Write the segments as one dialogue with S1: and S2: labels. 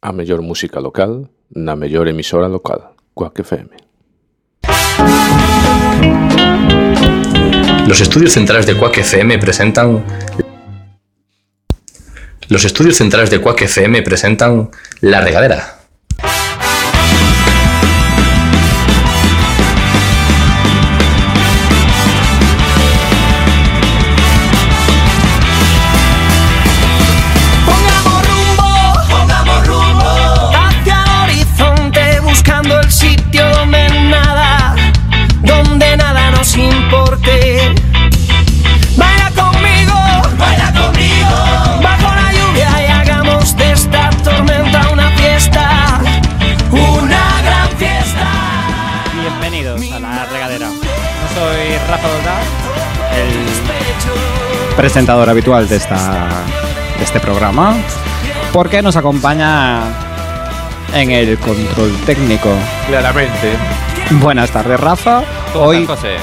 S1: a mellor música local na mellor emisora local, Quack FM.
S2: Los estudios centrales de Quack FM presentan Los estudios centrales de Quack FM presentan La regadera.
S3: Pongamos rumbo, pongamos rumbo hacia el horizonte buscando el sitio donde nada, donde nada nos importe. Baila conmigo, baila conmigo bajo la lluvia y hagamos de esta tormenta una fiesta, una gran fiesta.
S4: Bienvenidos a la regadera. Yo soy Rafa Doldá, el presentador habitual de, esta, de este programa, porque nos acompaña en el control técnico.
S5: Claramente.
S4: Buenas tardes, Rafa. Hoy
S5: José.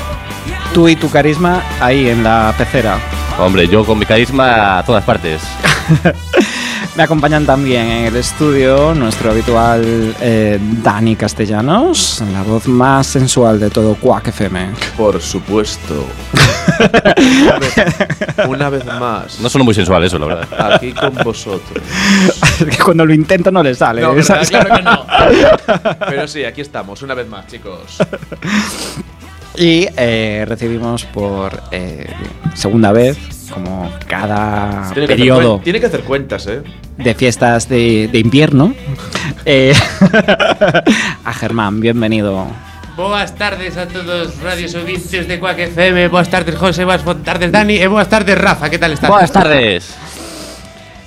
S4: tú y tu carisma ahí en la pecera.
S5: Hombre, yo con mi carisma a todas partes.
S4: Me acompañan también en el estudio nuestro habitual eh, Dani Castellanos, la voz más sensual de todo Quack FM.
S1: Por supuesto. Una vez más,
S5: No suena muy sensual eso, la verdad.
S1: aquí con vosotros.
S4: Es que cuando lo intento no le sale.
S1: No, ¿verdad?
S4: ¿sabes?
S1: claro que no. Pero sí, aquí estamos, una vez más, chicos.
S4: Y eh, recibimos por eh, segunda vez, como cada
S1: Tiene que hacer
S4: periodo
S1: cuen- tiene que hacer cuentas, ¿eh?
S4: de fiestas de, de invierno, eh, a Germán, bienvenido.
S6: Buenas tardes a todos radios oyentes de Quack FM. Buenas tardes, José. Buenas tardes, Dani. Y buenas tardes, Rafa. ¿Qué tal estás?
S5: Buenas tardes.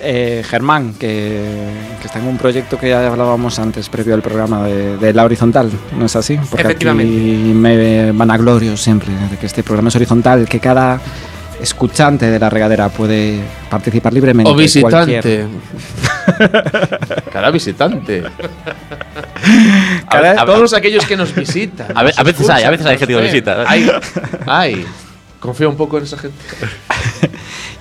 S4: Eh, Germán, que, que está en un proyecto que ya hablábamos antes, previo al programa de, de la horizontal, ¿no es así? Porque Aquí
S6: Efectivamente.
S4: me vanaglorio siempre de que este programa es horizontal, que cada escuchante de la regadera puede participar libremente.
S6: O visitante.
S4: cualquier-
S1: Cada visitante.
S4: Cada-
S1: A Eh, todos aquellos que nos visitan. eh.
S5: A ve- a
S1: nos
S5: veces
S1: escuchan,
S5: hay, a veces hay gente que nos
S1: ven.
S5: visita.
S1: Hay, hay. Confío un poco en esa gente.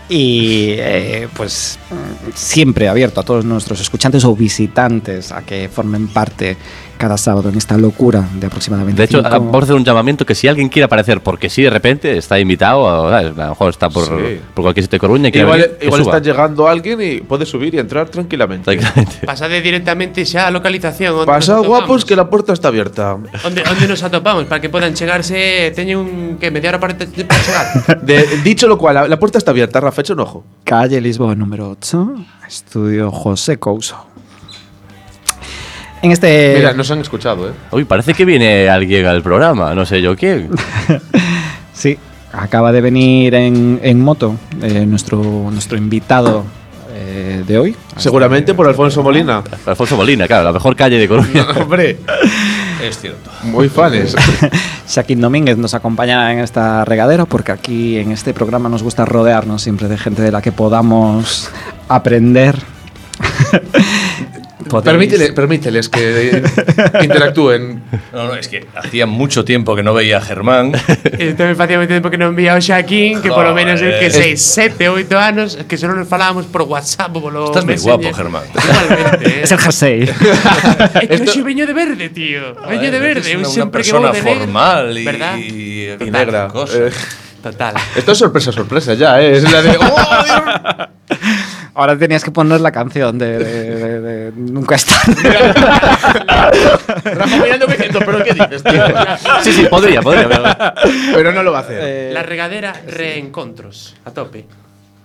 S4: Y eh, pues mm, siempre abierto a todos nuestros escuchantes o visitantes a que formen parte cada sábado en esta locura de aproximadamente.
S5: De hecho, ah,
S4: cinco-
S5: vamos a hacer un llamamiento que si alguien quiere aparecer, porque si de repente está invitado, o, ¿sabes? a lo mejor está por,
S1: Sí.
S5: por cualquier sitio de Coruña y quiere
S1: Igual,
S5: venir, que
S1: igual
S5: suba.
S1: está llegando alguien y puede subir y entrar tranquilamente.
S5: Exactamente.
S6: Pasad directamente ya a localización. onde
S1: Pasad
S6: nos atopamos.
S1: guapos que la puerta está abierta.
S6: Onde, onde nos atopamos para que puedan chegarse. Teño un que media hora para, te- para chegar.
S1: De- dicho lo cual, la, la puerta está abierta, Rafa, echa un ojo.
S4: Calle Lisboa número 8, estudio José Couso. En este.
S1: Mira, nos han escuchado, ¿eh?
S5: Uy, parece que viene alguien al programa, no sé yo quién.
S4: Sí, acaba de venir en, en moto eh, nuestro, nuestro invitado eh, de hoy.
S1: Seguramente por Alfonso Molina.
S5: Alfonso Molina, claro, la mejor calle de Coruña.
S1: Hombre,
S5: Es cierto.
S1: muy fanes.
S4: Shaquín Domínguez nos acompaña en esta regadera porque aquí en este programa nos gusta rodearnos siempre de gente de la que podamos aprender. Podéis-
S1: Permítele- permíteles que interactúen.
S7: No, no, es que hacía mucho tiempo que no veía a Germán.
S6: e tamén facía moito tempo que non vía o Xaquín, que polo menos eu que sei,
S7: Joder.
S6: sete, oito anos, que só nos falábamos por WhatsApp, polo
S7: Estás moi
S6: Messenger.
S7: guapo, Germán.
S6: Igualmente. eh.
S4: Es el jersey.
S6: É que
S1: Esto-
S6: hoxe veño de verde, tío. Veño de
S7: Joder,
S6: verde.
S7: eres
S6: Eu
S7: una, una
S6: sempre que vou
S7: persona
S6: de negro.
S7: formal y,
S6: ¿Verdad?
S1: Y
S7: y- y
S1: negra.
S7: cosa.
S1: Eh,
S6: Total.
S1: esto es sorpresa, sorpresa ya, ¿eh? Es la de. ¡Oh, Dios!
S4: Ahora tenías que poner la canción de, de- de- de Nunca es tarde.
S1: Rafa mirando me siento, pero ¿qué dices, tío?
S5: Sí, sí, podría, podría. pero-
S1: Pero no lo va a hacer.
S4: Eh,
S6: La regadera reencontros, a tope.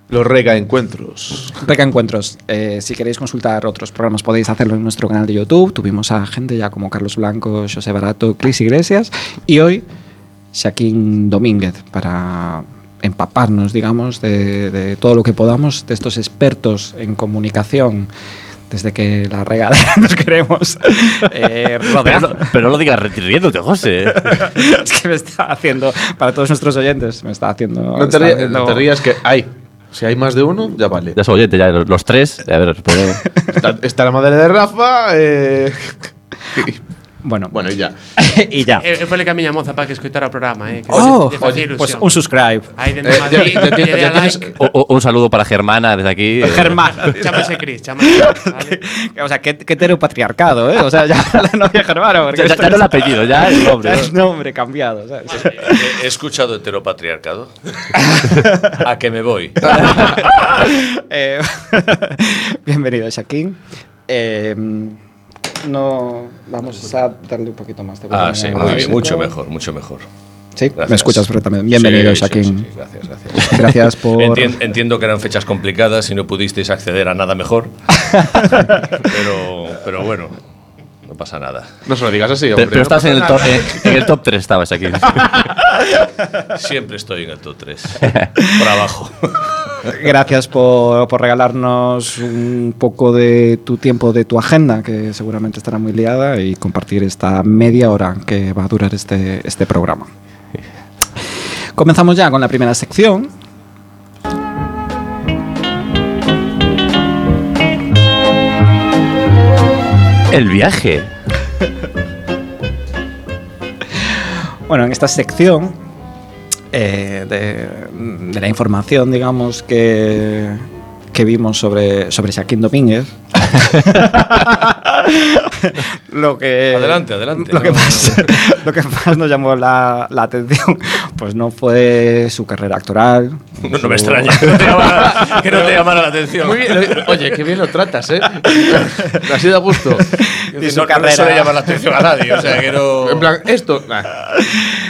S1: Los rega encuentros.
S4: Recaencuentros. Eh, si queréis consultar otros programas, podéis hacerlo en nuestro canal de YouTube. Tuvimos a gente ya como Carlos Blanco, José Barato, Cris Iglesias. Y hoy, Shaquín Domínguez, para empaparnos, digamos, de, de todo lo que podamos, de estos expertos en comunicación, desde que la regadera nos queremos. eh,
S5: Pero
S4: rodear.
S5: no, pero no digas riéndote, José.
S4: es que me está haciendo, para todos nuestros oyentes, me está haciendo.
S1: No te,
S4: Ah, está
S1: rías,
S4: haciendo-
S1: no te rías que hay. Si hay más de uno, ya vale.
S5: Ya soy oyente, ya los, los tres. A ver, ponemos-
S1: Está, está la madre de Rafa. eh,
S4: Bueno,
S8: Bueno, y ya.
S9: y ya.
S6: Eh, fue el que me llamó para que escoitara o programa, eh. Que
S4: Oh,
S6: lle- lle facía
S4: pues
S6: ilusión.
S4: un subscribe.
S6: Aí dentro
S8: Eh,
S6: de
S8: ya-
S6: Madrid,
S8: ya ti-
S6: lle dea
S8: ya tienes-
S6: like.
S5: O- o- un saludo para Germana desde aquí. eh,
S4: Germán.
S6: Chámase Cris, chámase Cris, vale?
S4: O sea, qué, qué heteropatriarcado, ¿eh? O sea, ya la novia Germana. porque
S5: Ya, ya-
S4: esto
S5: ya no el
S4: es-
S5: apellido, ya el nombre.
S4: ya
S5: ¿no?
S4: es nombre cambiado, ¿sabes?
S7: He escuchado heteropatriarcado. A que me voy.
S5: Ah,
S4: Eh, bienvenido, Shaquín. Eh, no, vamos a darle un poquito más de
S7: Ah,
S4: volumen
S7: sí,
S4: a la
S7: muy bien,
S4: música.
S7: mucho mejor, mucho mejor.
S4: Sí,
S7: Gracias.
S4: me escuchas perfectamente. Bienvenido,
S7: Sí, sí,
S4: Shaquín.
S7: sí, sí, gracias, gracias.
S4: Gracias por.
S7: Entien- entiendo que eran fechas complicadas y no pudisteis acceder a nada mejor. pero, pero bueno, no pasa nada.
S8: No se lo digas así,
S5: Pero,
S8: hombre.
S5: pero estabas en el, top, en, en el top 3, estabas aquí.
S7: Siempre estoy en el top 3. Por abajo.
S4: Gracias por, por regalarnos un poco de tu tiempo, de tu agenda, que seguramente estará muy liada, y compartir esta media hora que va a durar este, este programa. Comenzamos ya con la primera sección.
S5: El viaje.
S4: Bueno, en esta sección eh, de, de la información, digamos, que, que vimos sobre, sobre Shaquín Domínguez. lo que,
S7: Adelante, adelante.
S4: Lo que,
S7: No,
S4: más, lo que más nos llamó la, la atención pues no fue su carrera actoral.
S7: No, no me extraña que no te llamara, que no te llamara la atención.
S8: Muy bien, lo- oye, qué bien lo tratas, ¿eh? Me ha sido a gusto.
S7: Y
S4: su
S7: no, no le
S4: carrera.
S7: suele llamar la atención a nadie. O sea, que no.
S8: En plan, esto. nah,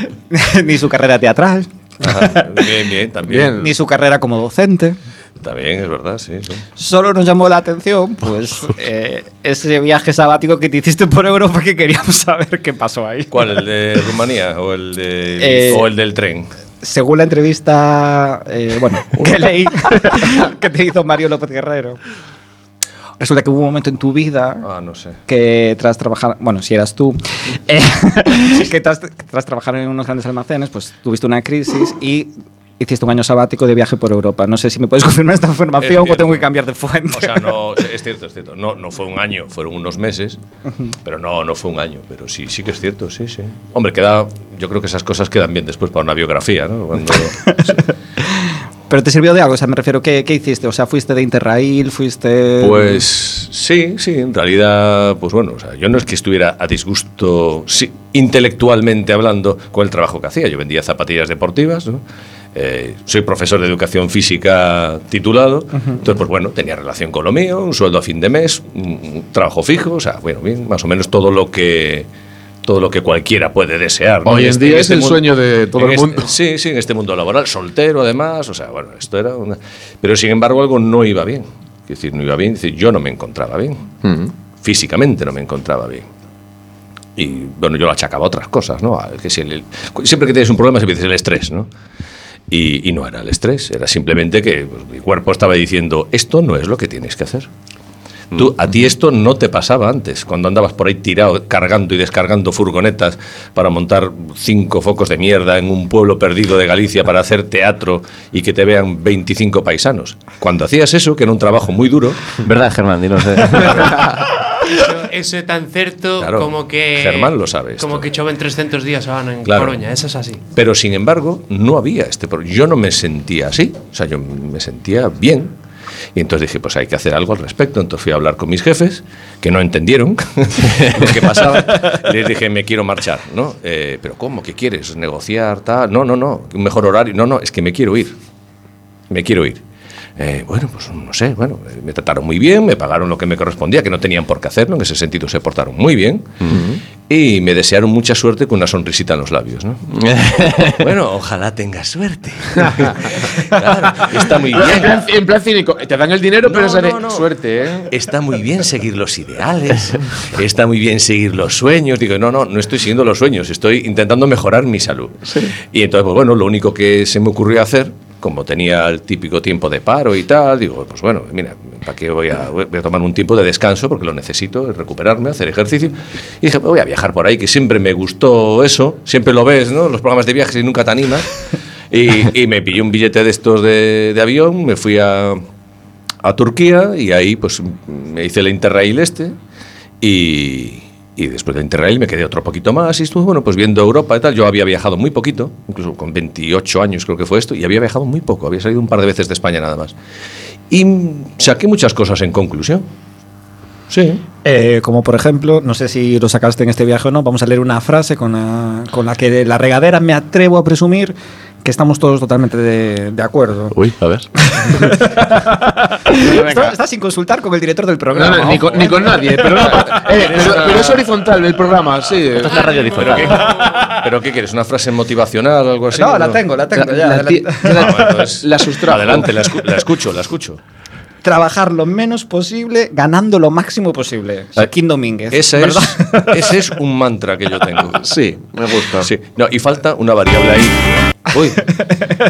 S4: ni su carrera teatral,
S7: Ajá, Bien, bien, también.
S8: Bien.
S4: ni su carrera como docente.
S7: También, es verdad, sí. sí.
S4: Solo nos llamó la atención pues eh, ese viaje sabático que te hiciste por Europa que queríamos saber qué pasó ahí.
S7: ¿Cuál? ¿El de Rumanía o el, de,
S4: Eh,
S7: o el del tren?
S4: Según la entrevista, eh, bueno, que leí, que te hizo Mario López Guerrero, resulta que hubo un momento en tu vida
S7: Ah, no sé.
S4: que tras trabajar, bueno, si eras tú, eh, que tras, tras trabajar en unos grandes almacenes, pues tuviste una crisis y hiciste un año sabático de viaje por Europa. No sé si me puedes confirmar esta información o
S7: cierto.
S4: tengo que cambiar de fuente.
S7: O sea, no, es cierto, es cierto. No, no fue un año, fueron unos meses, pero no, no fue un año. Pero sí, sí que es cierto, sí, sí. Hombre, queda, yo creo que esas cosas quedan bien después para una biografía, ¿no? Cuando-
S4: Pero te sirvió de algo, o sea, me refiero, ¿qué, qué hiciste? O sea, fuiste de Interrail, fuiste...
S7: Pues sí, sí, en realidad, pues bueno, o sea, yo no es que estuviera a disgusto sí, intelectualmente hablando con el trabajo que hacía. Yo vendía zapatillas deportivas, ¿no? Eh, soy profesor de educación física titulado, entonces pues bueno, tenía relación con lo mío, un sueldo a fin de mes, un, un trabajo fijo, o sea, bueno, bien, más o menos todo lo que todo lo que cualquiera puede desear. ¿no?
S8: Hoy en
S7: este-
S8: día es
S7: este
S8: el
S7: mundo-
S8: sueño de todo
S7: en
S8: el
S7: este-
S8: mundo.
S7: Sí, sí, en este mundo laboral, soltero además, o sea, bueno, esto era una... Pero sin embargo algo no iba bien, es decir, no iba bien, es decir, yo no me encontraba bien,
S8: Mm.
S7: físicamente no me encontraba bien. Y bueno, yo lo achacaba a otras cosas, ¿no? A que si el- siempre que tienes un problema siempre dices el estrés, ¿no? Y, y no era el estrés, era simplemente que pues, mi cuerpo estaba diciendo, esto no es lo que tienes que hacer. Tú, a ti esto no te pasaba antes, cuando andabas por ahí tirado, cargando y descargando furgonetas para montar cinco focos de mierda en un pueblo perdido de Galicia para hacer teatro y que te vean 25 paisanos. Cuando hacías eso, que era un trabajo muy duro,
S5: ¿Verdad, Germán? Dinos. eh.
S6: Eso, eso é tan certo
S7: Claro,
S6: como que
S7: Germán lo sabe esto.
S6: Como que chove en 300 días ao ano en
S7: Claro.
S6: Coruña, eso es así.
S7: Pero sin embargo, no había este problema. Yo no me sentía así, o sea, yo me sentía bien. Y entonces dije, pues hay que hacer algo al respecto. Entonces fui a hablar con mis jefes, que no entendieron lo que pasaba. Les dije, me quiero marchar, ¿no? Eh, Pero ¿cómo? ¿Qué quieres? ¿Negociar? Tal? No, no, no. Un mejor horario. No, no, es que me quiero ir. Me quiero ir. Eh, bueno, pues no sé, bueno, eh, me trataron muy bien, me pagaron lo que me correspondía, que no tenían por qué hacerlo, en ese sentido se portaron muy bien y me desearon mucha suerte con una sonrisita en los labios, ¿no? Bueno, ojalá tengas suerte. Claro, está muy
S8: En
S7: bien.
S8: plan, en plan cínico, "Eh, te dan el dinero, pero
S7: No,
S8: sale
S7: no, no.
S8: suerte, ¿eh?
S7: Está muy bien seguir los ideales, está muy bien seguir los sueños. Digo, no, no, no estoy siguiendo los sueños, estoy intentando mejorar mi salud. Y entonces, pues bueno, lo único que se me ocurrió hacer, como tenía el típico tiempo de paro y tal, digo, pues bueno, mira, ¿para qué voy a, voy a tomar un tiempo de descanso? Porque lo necesito, es recuperarme, hacer ejercicio. Y dije, pues voy a viajar por ahí, que siempre me gustó eso, siempre lo ves, ¿no? Los programas de viajes y nunca te animas. Y, y me pillé un billete de estos de- de avión, me fui a, a Turquía y ahí pues me hice el Interrail este y, Y después de Interrail me quedé otro poquito más y estuve, bueno, pues viendo Europa y tal. Yo había viajado muy poquito, incluso con 28 años creo que fue esto, y había viajado muy poco, había salido un par de veces de España nada más. Y mm, saqué muchas cosas en conclusión. Sí.
S9: Eh, como por ejemplo, no sé si lo sacaste en este viaje o no, vamos a leer una frase con la, con la que de la regadera me atrevo a presumir que estamos todos totalmente de, de acuerdo.
S5: Uy, a ver.
S9: Está, está sin consultar con el director del
S8: No,
S9: programa.
S8: no, ni,
S9: ojo,
S8: con, ni
S9: eh.
S8: con nadie. Pero, eh, pero- pero es horizontal el programa, sí. eh.
S5: Esto es la radio horizontal.
S7: ¿Pero qué quieres? ¿Una frase motivacional o algo así?
S9: No, la tengo, la tengo. ya,
S8: la,
S9: adelante.
S8: ti-
S7: Ah, bueno,
S8: la-
S7: entonces,
S8: la sustrajo.
S7: Adelante, la, escu- la escucho, la escucho.
S9: Trabajar lo menos posible, ganando lo máximo posible.
S8: Ah,
S9: Joaquín Domínguez.
S7: Ese es,
S9: ¿verdad?
S7: ese es un mantra que yo tengo.
S8: Sí, me gusta.
S7: Sí. No, y falta una variable ahí. Uy.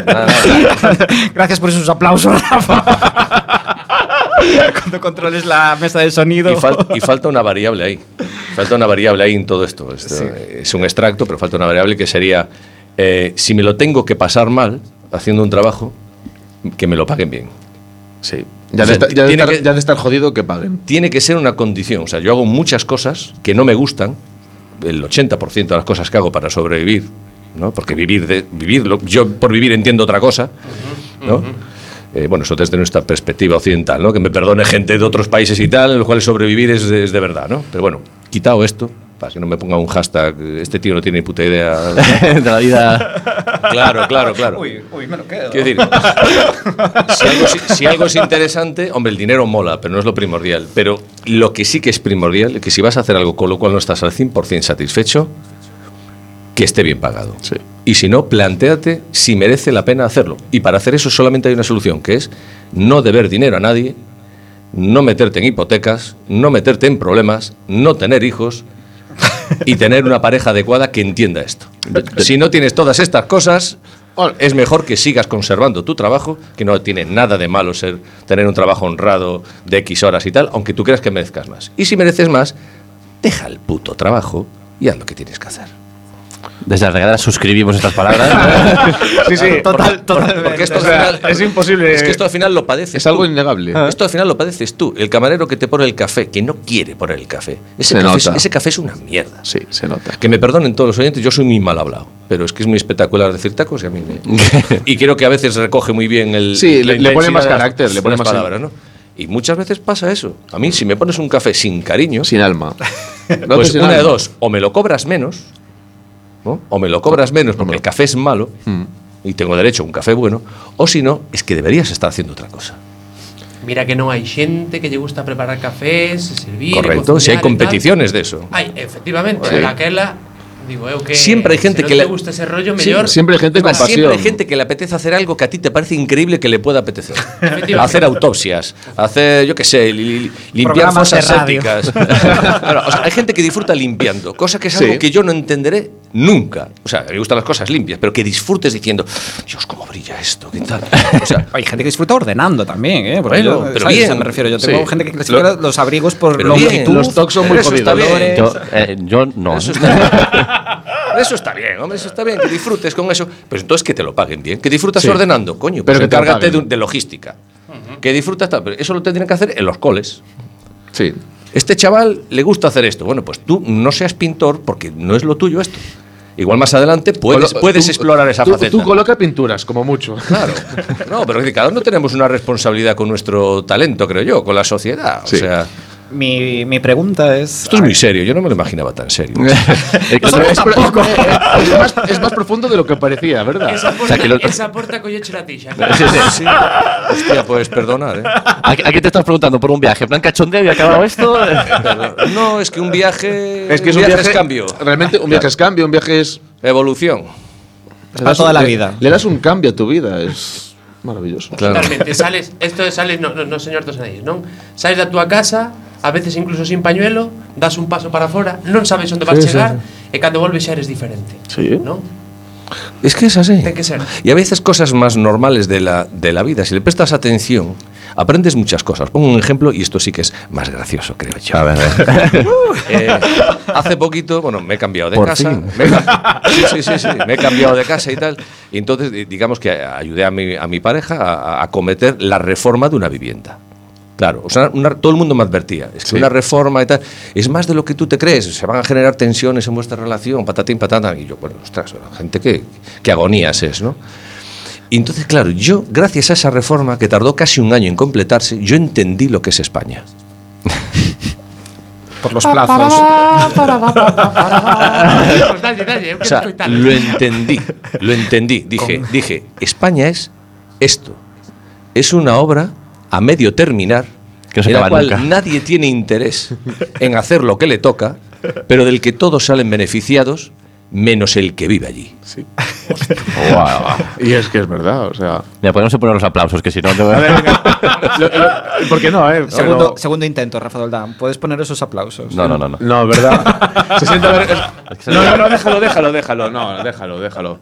S7: Nada, nada.
S9: Gracias por esos aplausos, Rafa. Cuando controles la mesa de sonido.
S7: Y, fal- y falta una variable ahí. Falta una variable ahí en todo esto. Esto Es un extracto, pero falta una variable que sería, eh, si me lo tengo que pasar mal haciendo un trabajo, que me lo paguen bien.
S8: Sí. Ya de,
S7: O sea,
S8: estar, ya, de
S7: tiene
S8: estar,
S7: que-
S8: ya de estar jodido que paguen.
S7: tiene que ser una condición. O sea, yo hago muchas cosas que no me gustan, el 80% de las cosas que hago para sobrevivir, ¿no? Porque vivir, de, vivirlo, yo por vivir entiendo otra cosa, ¿no? Eh, bueno, eso desde nuestra perspectiva occidental, ¿no? Que me perdone gente de otros países y tal, en los cuales sobrevivir es de, es de verdad, ¿no? Pero bueno, quitado esto, para que no me ponga un hashtag, este tío no tiene ni puta idea.
S5: de la vida.
S7: claro, claro, claro.
S9: Uy, uy, me lo quedo.
S7: Quiero decir, si algo, es- si algo es interesante, hombre, el dinero mola, pero no es lo primordial. Pero lo que sí que es primordial es que si vas a hacer algo con lo cual no estás al 100% satisfecho, que esté bien pagado.
S8: Sí.
S7: Y si no, planteate si merece la pena hacerlo. Y para hacer eso solamente hay una solución, que es no deber dinero a nadie, no meterte en hipotecas, no meterte en problemas, no tener hijos y tener una pareja adecuada que entienda esto. Si no tienes todas estas cosas, es mejor que sigas conservando tu trabajo, que no tiene nada de malo ser tener un trabajo honrado de X horas y tal, aunque tú creas que merezcas más. Y si mereces más, deja el puto trabajo y haz lo que tienes que hacer.
S5: Desde la regadera suscribimos estas palabras.
S8: Sí, sí.
S9: Total, total.
S7: Porque esto
S8: O sea,
S7: al final,
S8: es imposible.
S7: Es que esto al final lo padeces.
S8: Es algo
S7: tú.
S8: innegable. ¿eh?
S7: Esto al final lo padeces tú, el camarero que te pone el café, que no quiere poner el café. Ese,
S8: Se
S7: café, es,
S8: nota.
S7: ese café es una mierda.
S8: Sí, se nota.
S7: Que me perdonen todos los oyentes, yo soy muy mal hablado, pero es que es muy espectacular decir tacos y a mí me... y creo que a veces recoge muy bien el...
S8: Sí,
S7: la
S8: le- le pone
S7: intensidad
S8: más
S7: de las-
S8: carácter, le
S7: de
S8: pone
S7: las
S8: más-
S7: palabras, ¿no? Y muchas veces pasa eso. A mí, si me pones un café sin cariño,
S8: Sin alma. No
S7: pues
S8: te sin
S7: una de
S8: alma.
S7: dos, o me lo cobras menos, ¿no? o me lo cobras menos porque el café es malo
S8: Mm.
S7: y tengo derecho a un café bueno, o si no, es que deberías estar haciendo otra cosa.
S6: Mira que no hay gente que le gusta preparar cafés, servir.
S7: Correcto, si
S6: cocinar y
S7: hay
S6: tal.
S7: competiciones de eso.
S6: Hay, efectivamente,
S8: Sí.
S6: aquella. Digo, eu que
S7: Siempre hay gente
S6: si no
S7: que
S6: te
S7: le-
S6: gusta ese rollo,
S8: Sí,
S6: mejor.
S8: siempre hay gente con
S7: Además,
S8: pasión.
S7: Siempre hay gente que le apetece hacer algo que a ti te parece increíble que le pueda apetecer.
S6: Efectivamente.
S7: hacer autopsias, hacer, yo qué sé, li- li- limpiar
S9: Programas de
S7: fosas
S9: radio.
S7: sépticas. Claro, o sea, hay gente que disfruta limpiando, cosa que es algo
S8: Sí.
S7: que yo no entenderé nunca. O sea, me gustan las cosas limpias, pero que disfrutes diciendo, Dios, cómo brilla esto, qué tal. O sea,
S9: Hay gente que disfruta ordenando también, ¿eh? Porque
S7: Bueno,
S9: yo,
S7: pero
S9: ¿sabes? O sea,
S7: bien.
S9: me refiero, yo tengo
S8: Sí.
S9: gente que clasifica
S7: Lo-
S9: los abrigos por
S7: pero bien,
S9: longitud.
S8: los tocs son muy
S7: Eso está
S8: jodidos.
S7: bien.
S5: Yo, eh, yo no.
S7: Eso está, bien. Eso está bien, hombre, eso está bien, que disfrutes con eso. Pero entonces que te lo paguen bien, que disfrutas
S8: Sí.
S7: ordenando, coño,
S8: Pero
S7: pero
S8: que te lo
S7: encárgate de,
S8: paguen.
S7: un- de logística. Que disfrutas, tal, pero eso lo tendrían que hacer en los coles.
S8: Sí.
S7: Este chaval le gusta hacer esto. Bueno, pues tú no seas pintor porque no es lo tuyo esto. Igual más adelante puedes,
S8: Colo-
S7: puedes
S8: tú-
S7: explorar esa
S8: tú,
S7: faceta.
S8: Tú coloca pinturas, como mucho.
S7: Claro. No, pero es decir, cada uno tenemos una responsabilidad con nuestro talento, creo yo, con la sociedad. O
S8: Sí.
S7: sea,
S9: Mi, mi pregunta es. Ah,
S7: esto es muy serio. Yo no me lo imaginaba tan serio.
S5: El que
S9: Nosotros
S5: otro-
S8: Es, pro- es- es más, es más profundo de lo que parecía, ¿verdad?
S6: Esa
S5: sea, que lo-
S6: porta, esa porta que yo eché la tija.
S5: Sí, sí.
S7: Hostia, puedes perdonar, ¿eh?
S5: ¿A qué- a qué te estás preguntando? ¿Por un viaje? ¿En plan cachondeo y ha acabado esto?
S7: No, es que un viaje. es cambio.
S8: Realmente un viaje es cambio, un viaje es.
S7: Evolución.
S8: le
S9: Para
S8: das un-
S9: toda la
S8: le-
S9: vida.
S8: Le das un cambio a tu vida, es maravilloso.
S6: Totalmente, sales, esto de sales, no, no, no señor dos nadie, non? Sales da túa casa, a veces incluso sin pañuelo, das un paso para fora, non sabes onde vas
S8: Sí, sí,
S6: chegar, e cando volves xa eres diferente.
S7: eh.
S8: Sí.
S6: Non?
S7: Es que es así.
S6: Ten que ser. Pues
S7: Y a veces cosas más normales de la, de la vida, si le prestas atención, aprendes muchas cosas. Pongo un ejemplo y esto sí que es más gracioso, creo yo. Eh, hace poquito, bueno, me he cambiado de
S5: Por
S7: casa.
S5: fin.
S7: Me he ca- sí, sí, sí, sí, me he cambiado de casa y tal. Y entonces, di- digamos que ayudé a mi, a mi pareja a, a acometer la reforma de una vivienda. Claro, o sea, una- todo el mundo me advertía. Es que una reforma y tal es más de lo que tú te crees. Se van a generar tensiones en vuestra relación, patatín, patata. Y yo, bueno, ostras, la gente que, que agonías es, ¿no? Y entonces, claro, yo, gracias a esa reforma que tardó casi un año en completarse, yo entendí lo que es España.
S9: Por los plazos.
S6: Pues dale, dale,
S7: O sea,
S6: que tal.
S7: lo entendí, lo entendí. Dije, dije, España es esto. Es una obra a medio terminar,
S5: Que no se
S7: en la
S5: acaba
S7: cual
S5: nunca.
S7: nadie tiene interés en hacer lo que le toca, pero del que todos salen beneficiados, menos el que vive allí.
S5: Guau, guau.
S8: Y es que es verdad, o sea.
S5: Mira, podemos poner los aplausos, que si no...
S8: A ver, venga. Lo- lo- ¿Por qué no, eh?
S9: Segundo, segundo intento, Rafa Doldán. Puedes poner esos aplausos.
S5: No, no, no. no.
S8: Pero- No, ¿verdad? Se sienta ver- No, no, no, déjalo, déjalo, déjalo. No, déjalo, déjalo.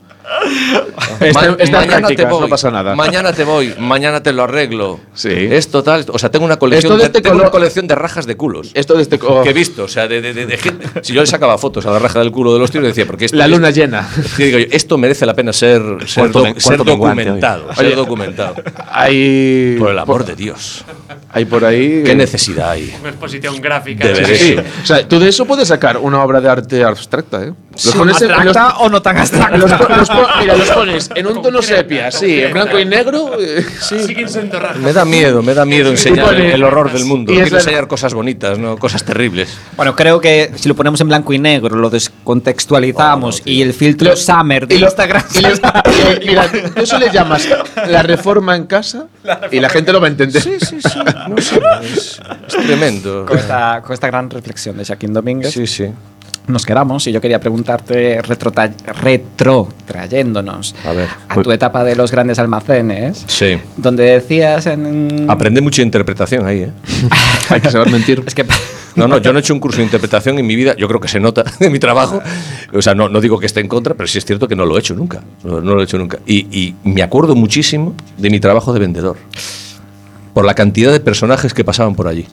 S8: Esta,
S7: Ma-
S8: esta es práctica, no pasa nada.
S7: Mañana te voy, mañana te lo arreglo.
S8: Sí.
S7: Esto tal, o sea, tengo una colección,
S8: Esto de
S7: de,
S8: este
S7: tengo una
S8: color-
S7: colección de rajas de culos.
S8: Esto de este. co-
S7: Que he visto, o sea, de, de- de- de gente- Si yo le sacaba fotos a la raja del culo de los tíos, decía, porque esto
S8: la
S7: es-
S8: luna llena.
S7: Yo digo, esto merece la pena ser, ser,
S5: Cuarto
S7: doc-
S5: men-
S7: ser
S5: cuarto menguante,
S7: documentado. Ser documentado.
S8: Hay.
S7: Por el amor de Dios.
S8: Hay por ahí.
S7: Pues- ¿Qué necesidad hay?
S6: Una exposición gráfica.
S7: De ver
S8: Sí, sí.
S7: eso.
S8: O sea, tú de eso puedes sacar una obra de arte abstracta, ¿eh? Los pones en- los-
S9: ¿Abstracta o no tan abstracta?
S8: los po- los po- mira, los pones en un tono sepia, sí, en blanco y negro. eh,
S6: Siguen siendo rajas.
S7: Me da miedo, me da miedo enseñar el,
S8: pones-
S7: el horror del mundo.
S8: y es
S7: Quiero
S8: la-
S7: enseñar cosas bonitas, no cosas terribles.
S9: Bueno, creo que si lo ponemos en blanco y negro, lo descontextualizamos y el filtro Summer de
S8: y lo-
S9: Instagram.
S8: y lo- eh, mira, tú eso le llamas la reforma en casa y la gente lo va a entender.
S7: Sí, sí, sí. No sé, es, es tremendo.
S9: Con esta, con esta gran reflexión de Shaquín Domínguez
S7: Sí, sí.
S9: nos quedamos y yo quería preguntarte retrota- retrotrayéndonos
S7: A ver. pues-
S9: a tu etapa de los grandes almacenes,
S7: Sí.
S9: donde decías en...
S7: Aprende mucha interpretación ahí, ¿eh?
S8: Hay que saber mentir.
S9: Es que
S7: No, no, yo no he hecho un curso de interpretación en mi vida, yo creo que se nota de mi trabajo. O sea, no, no digo que esté en contra, pero sí es cierto que no lo he hecho nunca. No, no lo he hecho nunca. Y, y me acuerdo muchísimo de mi trabajo de vendedor. Por la cantidad de personajes que pasaban por allí.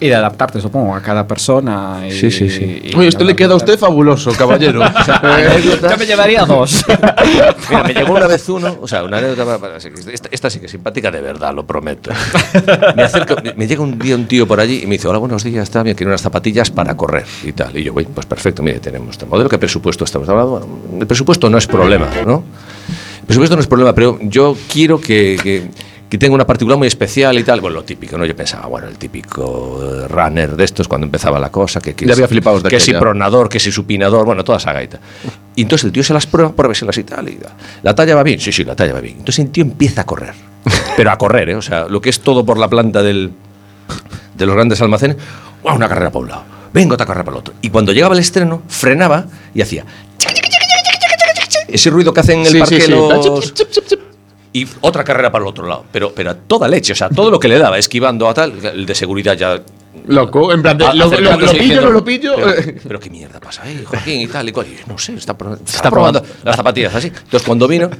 S9: y de adaptarte, supongo, a cada persona. y-
S7: Sí, sí, sí.
S9: y- Ah,
S8: Oye, esto le queda a usted fabuloso, caballero. O sea, eh,
S9: Yo me llevaría dos.
S7: Mira, me llegó una vez uno, o sea, una anécdota. para- para- Esta, esta sí que es simpática, de verdad, lo prometo. Me, acerco- me- me llega un día un tío por allí y me dice: Hola, buenos días, tal, me quiero unas zapatillas para correr y tal. Y yo, güey, pues perfecto, mire, tenemos este modelo, ¿qué presupuesto estamos hablando? Bueno, el presupuesto no es problema, ¿no? El presupuesto no es problema, pero yo quiero que. que- que tenga una particular muy especial y tal. Bueno, lo típico, ¿no? Yo pensaba, bueno, el típico eh, runner de estos cuando empezaba la cosa. Que, que
S8: Ya
S7: si-
S8: había flipados de
S7: Que si
S8: aquella.
S7: pro- pronador, que si supinador, bueno, toda esa gaita. Y entonces el tío se las prueba, pruébeselas y tal. y da. la talla va bien, sí, sí, la talla va bien. Entonces el tío empieza a correr, pero a correr, ¿eh? o sea, lo que es todo por la planta del, de los grandes almacenes, ¡guau! una carrera por un lado, vengo otra carrera por el otro. Y cuando llegaba el estreno, frenaba y hacía. Ese ruido que hacen en el
S8: Sí,
S7: parque
S8: sí, sí.
S7: los- y otra carrera para el otro lado, pero, pero a toda leche, o sea, todo lo que le daba, esquivando a tal, el de seguridad ya
S8: Loco, en plan, de,
S7: a-
S8: lo, lo- lo
S7: acercándose y
S8: pillo,
S7: diciendo,
S8: no lo pillo. eh,
S7: Pero, pero qué mierda pasa ahí, Joaquín y tal y cual. Y yo, no sé, está, pro- está probando las zapatillas así. Entonces cuando vino,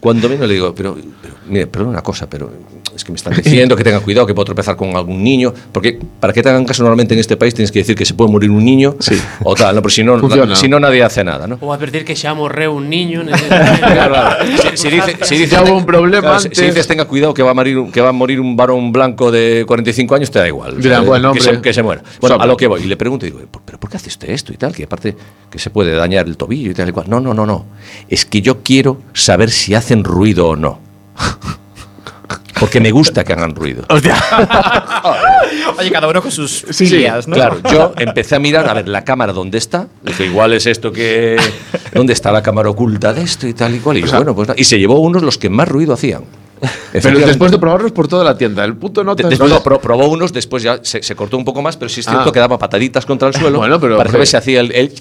S7: cuando vino le digo, pero, pero, mire, perdón una cosa, pero es que me están diciendo que tengan cuidado, que puedo tropezar con algún niño, porque para que te hagan caso normalmente en este país tienes que decir que se puede morir un niño o tal, no, pero si no,
S8: Funciona.
S7: si no nadie hace nada, ¿no?
S6: O advertir que xa morreu un niño.
S7: Claro, claro. Si, si dice- si dice-
S8: Ya hubo un problema
S7: claro, si- si
S8: antes.
S7: dices tenga cuidado que va, a morir, un- que va a morir un varón blanco de 45 años, te da igual. Eh,
S8: Dirán, bueno,
S7: que,
S8: hombre.
S7: se, que se muera. Bueno,
S8: Sobre.
S7: a lo que voy. Y le pregunto y digo, "¿Por- ¿pero por qué hace usted esto y tal? Que aparte que se puede dañar el tobillo y tal y cual. No, no, no, no. Es que yo quiero saber si hacen ruido o no. Porque me gusta que hagan ruido.
S9: Oye, cada uno con sus
S8: Sí, sí,
S9: filias, ¿no?
S7: Claro, yo empecé a mirar a ver la cámara dónde está. Dije, igual es esto que. ¿Dónde está la cámara oculta de esto y tal y cual? Y, yo, bueno, pues, nada. y se llevó unos los que más ruido hacían.
S8: Pero
S7: Efectivamente.
S8: después de probarlos por toda la tienda, el punto no
S7: De- después no, pro- probó unos, después ya se, se cortó un poco más, pero sí es cierto
S8: Ah.
S7: que daba pataditas contra el suelo
S8: Bueno, pero-
S7: para que se hacía el, el-